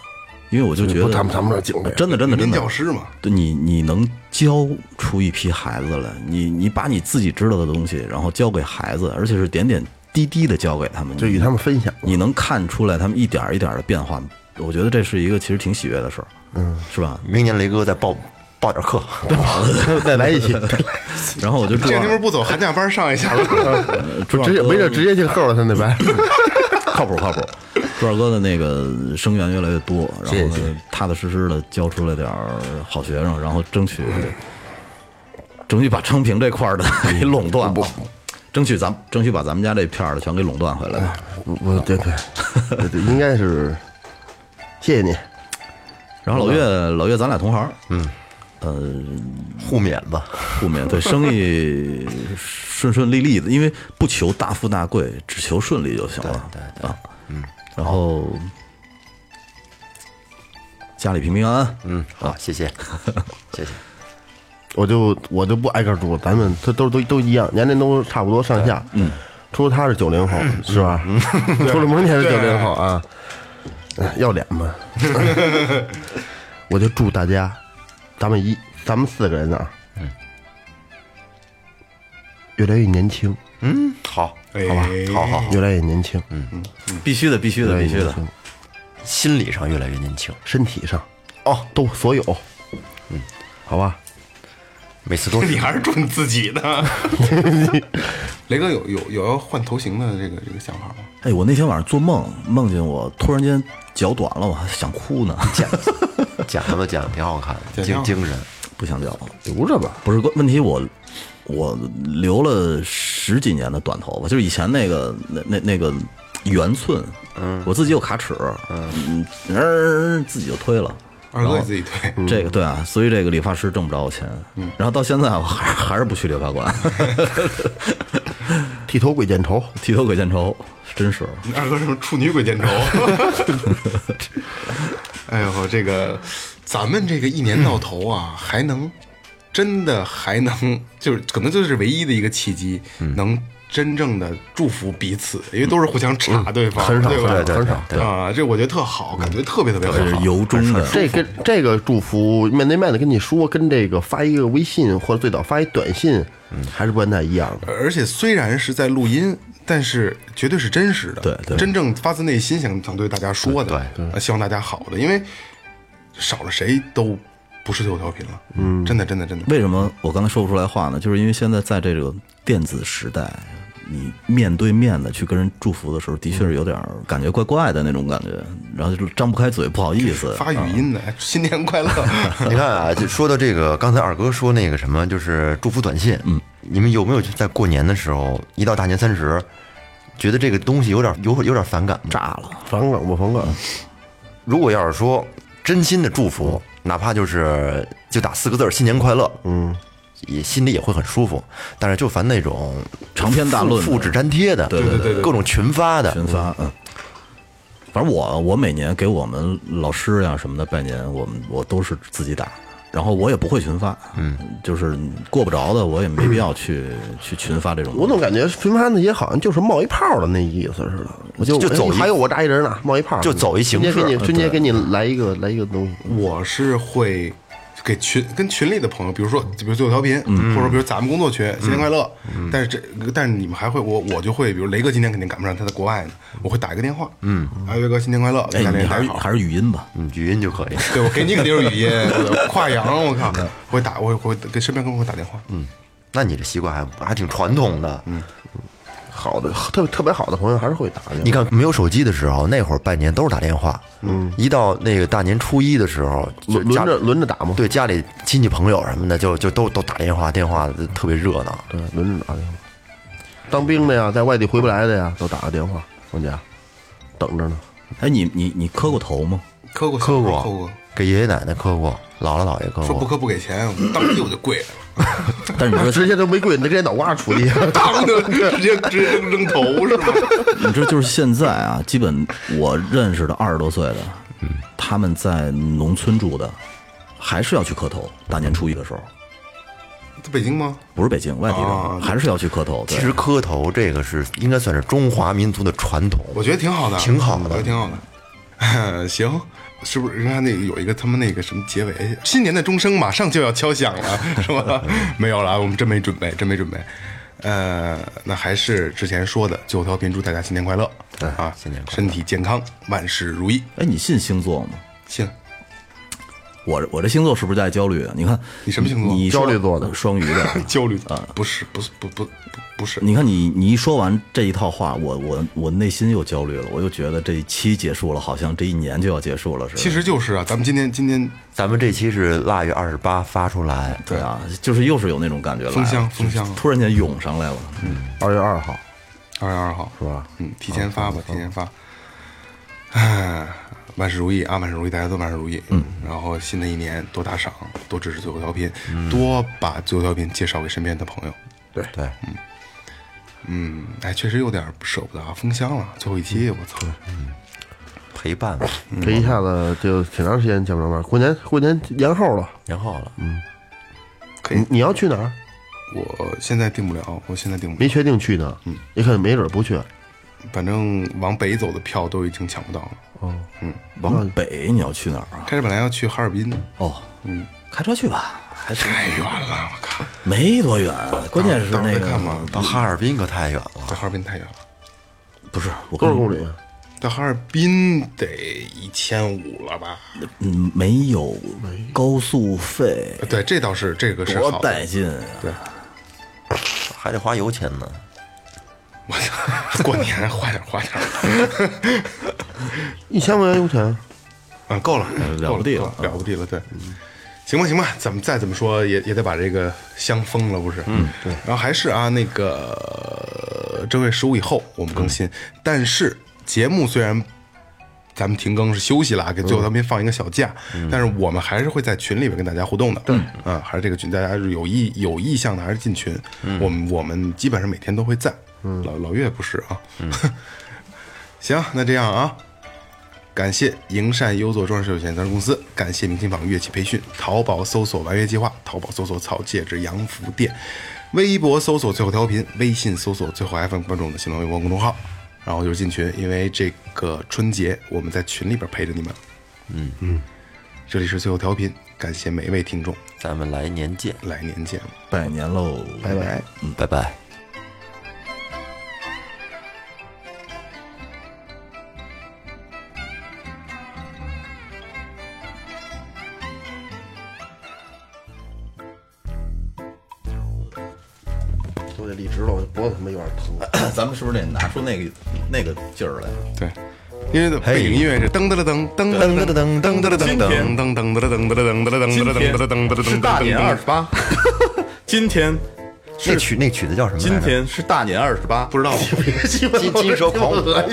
S4: 因为我就觉得
S3: 不谈不谈不上敬佩
S4: 真的真的真
S1: 民
S4: 的
S1: 教，师嘛，
S4: 对你你能教出一批孩子来，你你把你自己知道的东西，然后教给孩子，而且是点点滴滴的教给他们，
S3: 就与他们分享。
S4: 你能看出来他们一点儿一点儿的变化，我觉得这是一个其实挺喜悦的事儿，嗯，是吧？
S2: 明年雷哥再报报点课，
S3: 再来一期，
S4: 然后我就祝
S1: 这
S4: 二
S1: 您不是不走寒假班上一下吗？
S4: 祝二
S3: 直接
S4: 哥
S3: 没事直接进后了，他那白。
S4: 靠谱靠谱。朱二哥的那个生源越来越多，然后呢，踏踏实实的教出来点儿好学生，然后争取争取把昌平这块儿的 给垄断了，争取咱争取把咱们家这片儿的全给垄断回来吧。
S3: 我对对，对对应该是，谢谢你。
S4: 然后老岳老岳，咱俩同行，嗯，
S2: 互勉吧。
S4: 不免 对生意顺顺利利的，因为不求大富大贵，只求顺利就行了。对对啊，嗯，然后家里平平安安，
S2: 嗯，好，谢谢，谢谢。
S3: 我就我就不挨个儿住，咱们他都都都一样，年龄都差不多上下。嗯，除了他是九零后，是吧？ 除了蒙姐是九零后啊，哎要脸吗？我就祝大家，咱们一咱们四个人啊，越来越年轻，
S2: 嗯，好，
S1: 好吧，
S2: 好好，
S3: 越来越年轻，
S4: 必须的，必须
S3: 越
S4: 的，
S3: 来
S4: 必
S3: 越
S4: 须
S3: 年
S4: 的。
S3: 轻，
S2: 心理上越来越年轻。
S3: 身体上
S2: 哦，
S3: 都所有，嗯，好吧，
S2: 每次都
S1: 你
S2: 是
S1: 还是祝你自己呢。雷哥有有有要换头型的这个这个想法吗？
S4: 哎，我那天晚上做梦，梦见我突然间脚短了，我还想哭呢，
S2: 剪头发剪的挺好看的，
S1: 剪挺
S2: 精
S1: 好
S2: 精神。
S4: 不想聊。
S3: 留着吧。
S4: 不是问题我，我留了十几年的短头发，就是以前那个那那那个圆寸，嗯，我自己有卡尺，嗯，呃自己就推了。
S1: 二哥你自己推，
S4: 这个对啊，所以这个理发师挣不着我钱，然后到现在我还还是不去理发馆，
S3: 剃头鬼见愁，
S4: 剃头鬼见愁，真是
S1: 你二哥什么处女鬼见愁？ 哎呦，这个咱们这个一年到头啊，还能真的还能就是可能就是唯一的一个契机，
S3: 嗯
S1: 能真正的祝福彼此，因为都是互相查对方，
S3: 嗯很少
S1: 对吧？
S3: 很少很少
S2: 对
S1: 啊，这我觉得特好，感觉特别特别好。
S4: 是由衷的，
S3: 这跟这个祝福面对面的跟你说，跟这个发一个微信或者最早发一短信，还是不太一样的。
S1: 而且虽然是在录音，但是绝对是真实的，
S4: 对对
S1: 真正发自内心想想对大家说的，对希望大家好的，因为少了谁都不是最后调频了，嗯，真的真的真的，
S4: 为什么我刚才说不出来话呢？就是因为现在在这个电子时代，你面对面的去跟人祝福的时候，的确是有点儿感觉怪怪的那种感觉，然后就是张不开嘴，不好意思。
S1: 发语
S4: 嗯
S1: 音呢，哎新年 快乐，
S2: 你看啊，就说到这个，刚才二哥说那个什么，就是祝福短信，嗯，你们有没有在过年的时候，一到大年三十，觉得这个东西有点有有点反感吗？
S4: 炸了，
S3: 反感我反感，
S2: 如果要是说真心的祝福，
S3: 嗯
S2: 哪怕就是就打四个字儿“新年快乐”，嗯，也心里也会很舒服。但是就烦那种
S4: 长篇大论的
S2: 复复制粘贴的，对
S4: 对
S1: 对对
S2: 各种群发的，
S4: 群发，嗯。反正我我每年给我们老师呀什么的拜年，我们我都是自己打，然后我也不会群发，嗯，就是过不着的，我也没必要去去群发这种东西。
S3: 我总感觉群发那些好像就是冒一泡的那意思似的，我就哎
S2: 就走一
S3: 还有我扎一人呢，冒一泡，
S2: 就走一形式
S3: 春节给你春节给你来一个来一个东西，
S1: 我是会给群跟群里的朋友，比如说比如最后调频，或
S4: 嗯
S1: 者说比如咱们工作群，新年快乐。但是这但是你们还会我我就会，比如雷哥今天肯定赶不上，他在国外呢，我会打一个电话，嗯，哎，雷哥新年快乐，大
S4: 哎，
S1: 家
S4: 你
S1: 联
S4: 还
S1: 系
S4: 是
S1: 好。
S4: 还是语音吧，
S2: 嗯，语音就可以。
S1: 对，我给你肯定是 语音，我跨洋，我靠，我会打，我会我会给身边跟我打电话，嗯，
S2: 那你这习惯还还挺传统的。嗯，
S3: 好的特别特别好的朋友还是会打的。
S2: 你看没有手机的时候，那会儿拜年都是打电话。嗯，一到那个大年初一的时候，就
S3: 轮轮
S2: 家
S3: 着轮着打吗？
S2: 对家里亲戚朋友什么的，就就都都打电话，电话特别热闹。
S3: 对，轮着打电话。当兵的呀，在外地回不来的呀，都打个电话，放假等着呢。
S4: 哎，你你你磕过头吗？
S1: 磕过
S2: 磕过，哦
S1: 磕过，
S2: 给爷爷奶奶磕过，姥姥姥爷磕
S1: 说不
S2: 过。
S1: 磕不给钱，当即我就跪了，
S4: 但是你说
S3: 直接都没跪，你直接脑瓜杵地下。
S1: 当就直接直接扔扔头是吗？
S4: 你知道，就是现在啊，基本我认识的二十多岁的，
S1: 嗯
S4: 他们在农村住的，还是要去磕头。大年初一的时候，
S1: 在北京吗？
S4: 不是北京，外地
S1: 啊
S4: 人还是要去磕头。对
S2: 其实磕头这个是应该算是中华民族的传统。
S1: 我觉得挺好的，
S2: 挺好的
S1: 我觉得挺好的。 行，是不是？人家那个有一个他们那个什么结尾，新年的钟声马上就要敲响了，是吧？ 没有了，我们真没准备，真没准备。呃，那还是之前说的，最后调频祝大家新年快乐啊！
S2: 新年快乐
S1: 身体健康，万事如意。
S4: 哎，你信星座吗？
S1: 信，
S4: 我我这星座是不是在焦虑啊？你看
S1: 你什么星座。
S4: 你说
S3: 焦虑座的
S4: 双鱼的
S1: 焦虑啊？不是，不是，不不不不是。
S4: 你看你你一说完这一套话，我我我内心又焦虑了，我又觉得这一期结束了，好像这一年就要结束了似的。
S1: 其实就是啊，咱们今天今天
S2: 咱们这期是腊月二十八发出来，
S4: 对啊，就是又是有那种感觉来了啊
S1: 封箱封箱
S4: 突然间涌上来了。
S1: 嗯
S3: 二月二号
S1: 二月二号
S3: 是吧？
S1: 嗯，提前发吧，提前发。唉，万事如意啊，万事如意，大家都万事如意。嗯，然后新的一年多打赏，多支持最后调频，多把最后调频介绍给身边的朋友。
S2: 对，
S1: 嗯，哎，确实有点舍不得啊，封箱了，最后一期，我操！
S2: 陪伴吧。
S3: 这一下子就挺长时间见不着面。过年过年延后了，
S2: 年后了，
S1: 可以
S3: 你，你要去哪儿？
S1: 我现在定不了，我现在定不
S3: 没
S1: 了，
S3: 确定去呢，也可能没准儿不去。
S1: 反正往北走的票都已经抢不到了。
S4: 往北你要去哪儿啊？
S1: 开始本来要去哈尔滨的，
S4: 哦，嗯，开车去吧，还是
S1: 太远了，我靠，
S4: 没多远，关键是
S1: 到时
S4: 那
S1: 候再看吧
S4: 个。
S2: 到哈尔滨可太远了。
S1: 到哈尔滨太远了，
S4: 不是我跟
S3: 多少
S4: 你
S3: 公里？
S1: 到哈尔滨得一千五了吧？
S4: 嗯，没有高速费，
S1: 对，这倒是这个是
S4: 多
S1: 好的。
S4: 带劲啊！
S2: 还得花油钱呢。
S1: 我操，过年花点花点
S3: 一千块钱油钱，
S1: 啊，够了，
S4: 呃了不地
S1: 够
S4: 了嗯
S1: 了，了不地了，对。行吧，行吧，怎么再怎么说也也得把这个箱封了，不是？嗯，对。然后还是啊，那个呃正月十五以后我们更
S4: 嗯
S1: 新，但是节目虽然咱们停更是休息了，啊，给
S4: 嗯
S1: 最后调频放一个小假，但是我们还是会在群里面跟大家互动的。对，啊，还是这个群，大家是有意有意向的还是进群，
S4: 嗯
S1: 我们我们基本上每天都会在。老老岳不是啊。
S4: 嗯
S1: 行，那这样啊，感谢营善优作装饰有限责任公司，感谢明琴坊乐器培训，淘宝搜索“玩乐计划”，淘宝搜索“草戒指洋服店”，微博搜索“最后调频”，微信搜索“最后 FM”，关注我们的新浪微博公众号，然后就是进群，因为这个春节我们在群里边陪着你们。嗯嗯，这里是最后调频，感谢每一位听众，
S2: 咱们来年见，
S1: 来年见。
S4: 拜年喽， 拜拜。
S2: 嗯，拜拜。
S3: 都得立直了，我脖子他妈有点疼。
S6: 咱们是不是得拿出那个那个劲儿来？
S1: 对，因为背景音乐是噔噔噔噔噔噔噔噔噔噔噔噔噔噔噔噔噔噔噔噔噔噔噔
S4: 今天
S1: 噔噔噔
S4: 是大年二十八， 今天
S2: 那
S4: 是
S2: 曲那曲子叫什么来着？
S4: 今天是大年二十八，
S1: 不
S4: 不
S1: 知 道
S2: 金金蛇狂舞，
S1: 啊，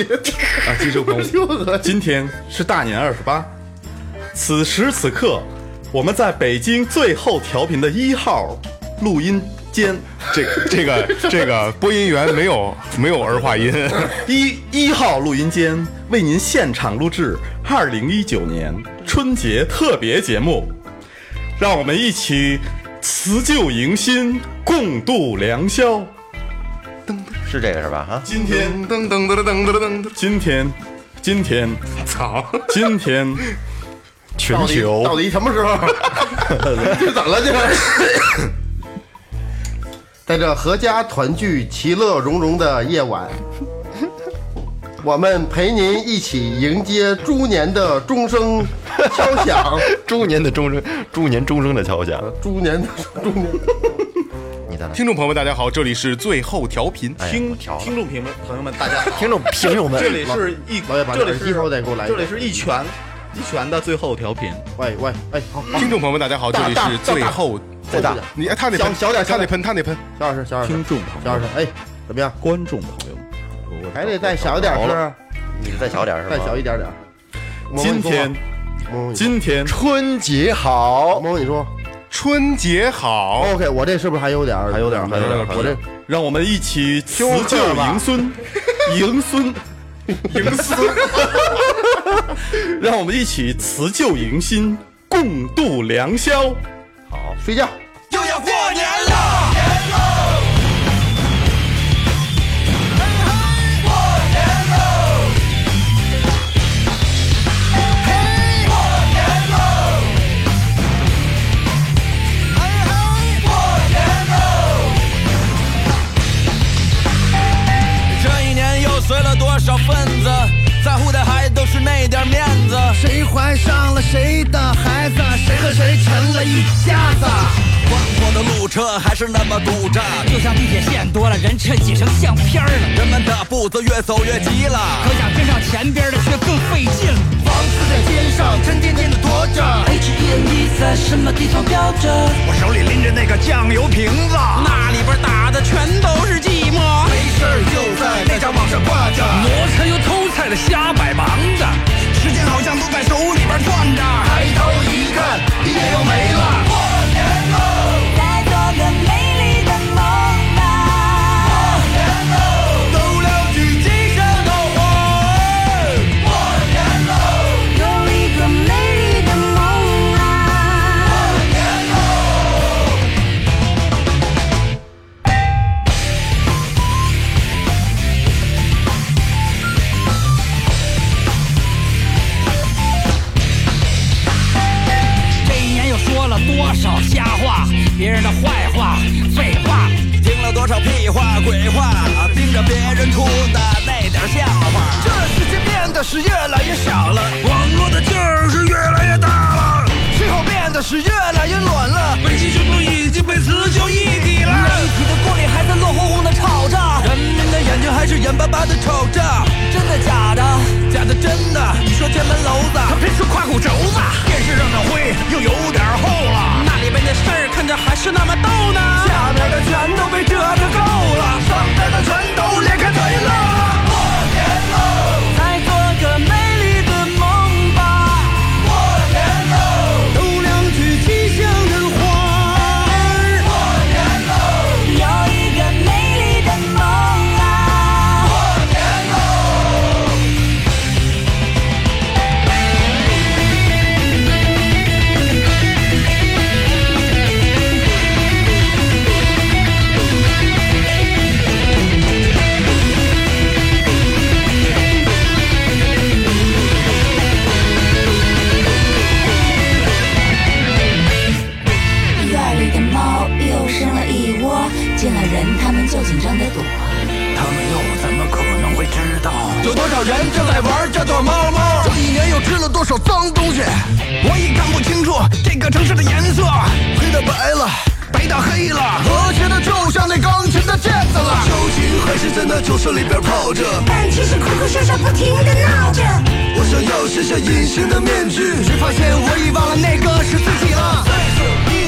S1: 金蛇狂 舞，
S4: 今天是大年二十八，此时此刻，我们在北京最后调频的一号录音间，
S1: 这 这个这个播音员没有没有儿 化音，
S4: 一一号录音间为您现场录制二零一九年春节特别节目，让我们一起辞旧迎新，共度良宵。
S2: 是这个是吧？啊，
S4: 今天，
S1: 噔噔噔噔噔噔噔，
S4: 今天，今天，
S1: 操！
S4: 今天，全
S3: 到底
S4: 球
S3: 到底什 么时候？这怎么了？这是在这合家团聚、其乐融融的夜晚，我们陪您一起迎接猪年的钟声敲响。
S2: 猪年的钟声，猪年钟声的敲响。
S3: 猪年的猪年，
S2: 你在哪？
S1: 听众朋友们，大家好，这里是最后调频，
S7: 哎
S2: 听
S7: 听众朋友们，朋友们，大家好，
S2: 听众听众们
S7: 这，里是一，
S3: 老爷把
S7: 这里
S3: 耳机头
S7: 是
S3: 再给我来一
S7: 这
S3: 个
S7: 里是一拳一拳的最后调频，
S3: 喂喂喂，好，好
S1: 听众朋友们，大家好，这里是最后，
S2: 再嗯大，
S1: 你哎他那喷，他那喷，他那喷，
S3: 小点声，小点
S7: 听
S3: 声，
S7: 众朋
S3: 小
S7: 友
S3: 点
S7: 们，
S3: 声。哎，怎么样？
S7: 观众朋友们，我
S3: 还得再小点声儿，
S2: 你再小点是吧？
S3: 再小一点点儿。萌萌
S4: 今
S3: 你说
S4: 天
S3: 吧，，萌萌你说
S4: 今天。
S2: 春节好
S3: 萌，萌你说
S1: 春节好，
S2: 哦
S3: ，OK，我这是不是还有点儿？
S2: 还有点儿还有点儿
S3: 我这
S4: 让我们一起辞旧迎孙，迎孙，迎 孙，让我们一起辞旧迎新，共度良宵。
S3: 睡觉。
S8: 这一年又随了多少份子，在乎的还都是那点面子。谁怀上了谁的孩子，谁和谁成了一家子。宽阔的路车还是那么堵着，
S9: 就像地铁线多了，人衬起成相片儿了。
S8: 人们的步子越走越急了
S9: 可。想跟上前边的却更费劲了。
S8: 房子在肩上，沉甸甸的驮着。
S10: H E N E 在什么地方飘着？
S8: 我手里拎着那个酱油瓶子，
S9: 那里边打的全都是寂寞，
S8: 没事儿就在那张网上挂着。
S9: 磨蹭又偷菜的瞎摆忙的。
S8: 时间好像都在手里边攥着。抬头一看，一年又没了。
S10: 来做个美丽的梦吧。
S8: 都了解今生的我。
S10: 有一个美丽的梦啊！
S9: 这一年又说了多少瞎话，别人的坏话、废话。
S8: 听了多少屁话鬼话，盯着别人哭的那点笑话。这世界变得是越来越小了，网络的劲儿是越来越大了，气候变得是越来越暖了，北极熊都已经被雌雄异体了。媒体的锅里还在热烘烘的炒着，人民的眼睛还是眼巴巴的瞅着，真的假的？假的真的？你说天门楼子，他偏说胯骨轴子，电视上的灰又有点厚了。
S9: 那里边的事儿看着还是那么逗呢。
S8: 下边的全都被折腾够了，上边的全都裂开腿了。
S10: 来做个美丽的梦吧。
S8: 都亮起吉祥的花儿，
S10: 有一个美丽的梦啊！院里的猫又生了一窝，见了人它们就紧张地躲。
S8: 他们又怎么可能会知道？有多少人正在玩这躲猫猫？这一年又吃了多少脏东西？我已看不清楚这个城市的颜色，黑的白了，白到黑了，和谐的就像那钢琴的键子了。究竟还是在那酒水里边泡着，
S10: 但其实哭哭笑笑不停的闹着。
S8: 我想要卸下隐形的面具，却发现我已忘了那个是自己了。岁数。啊啊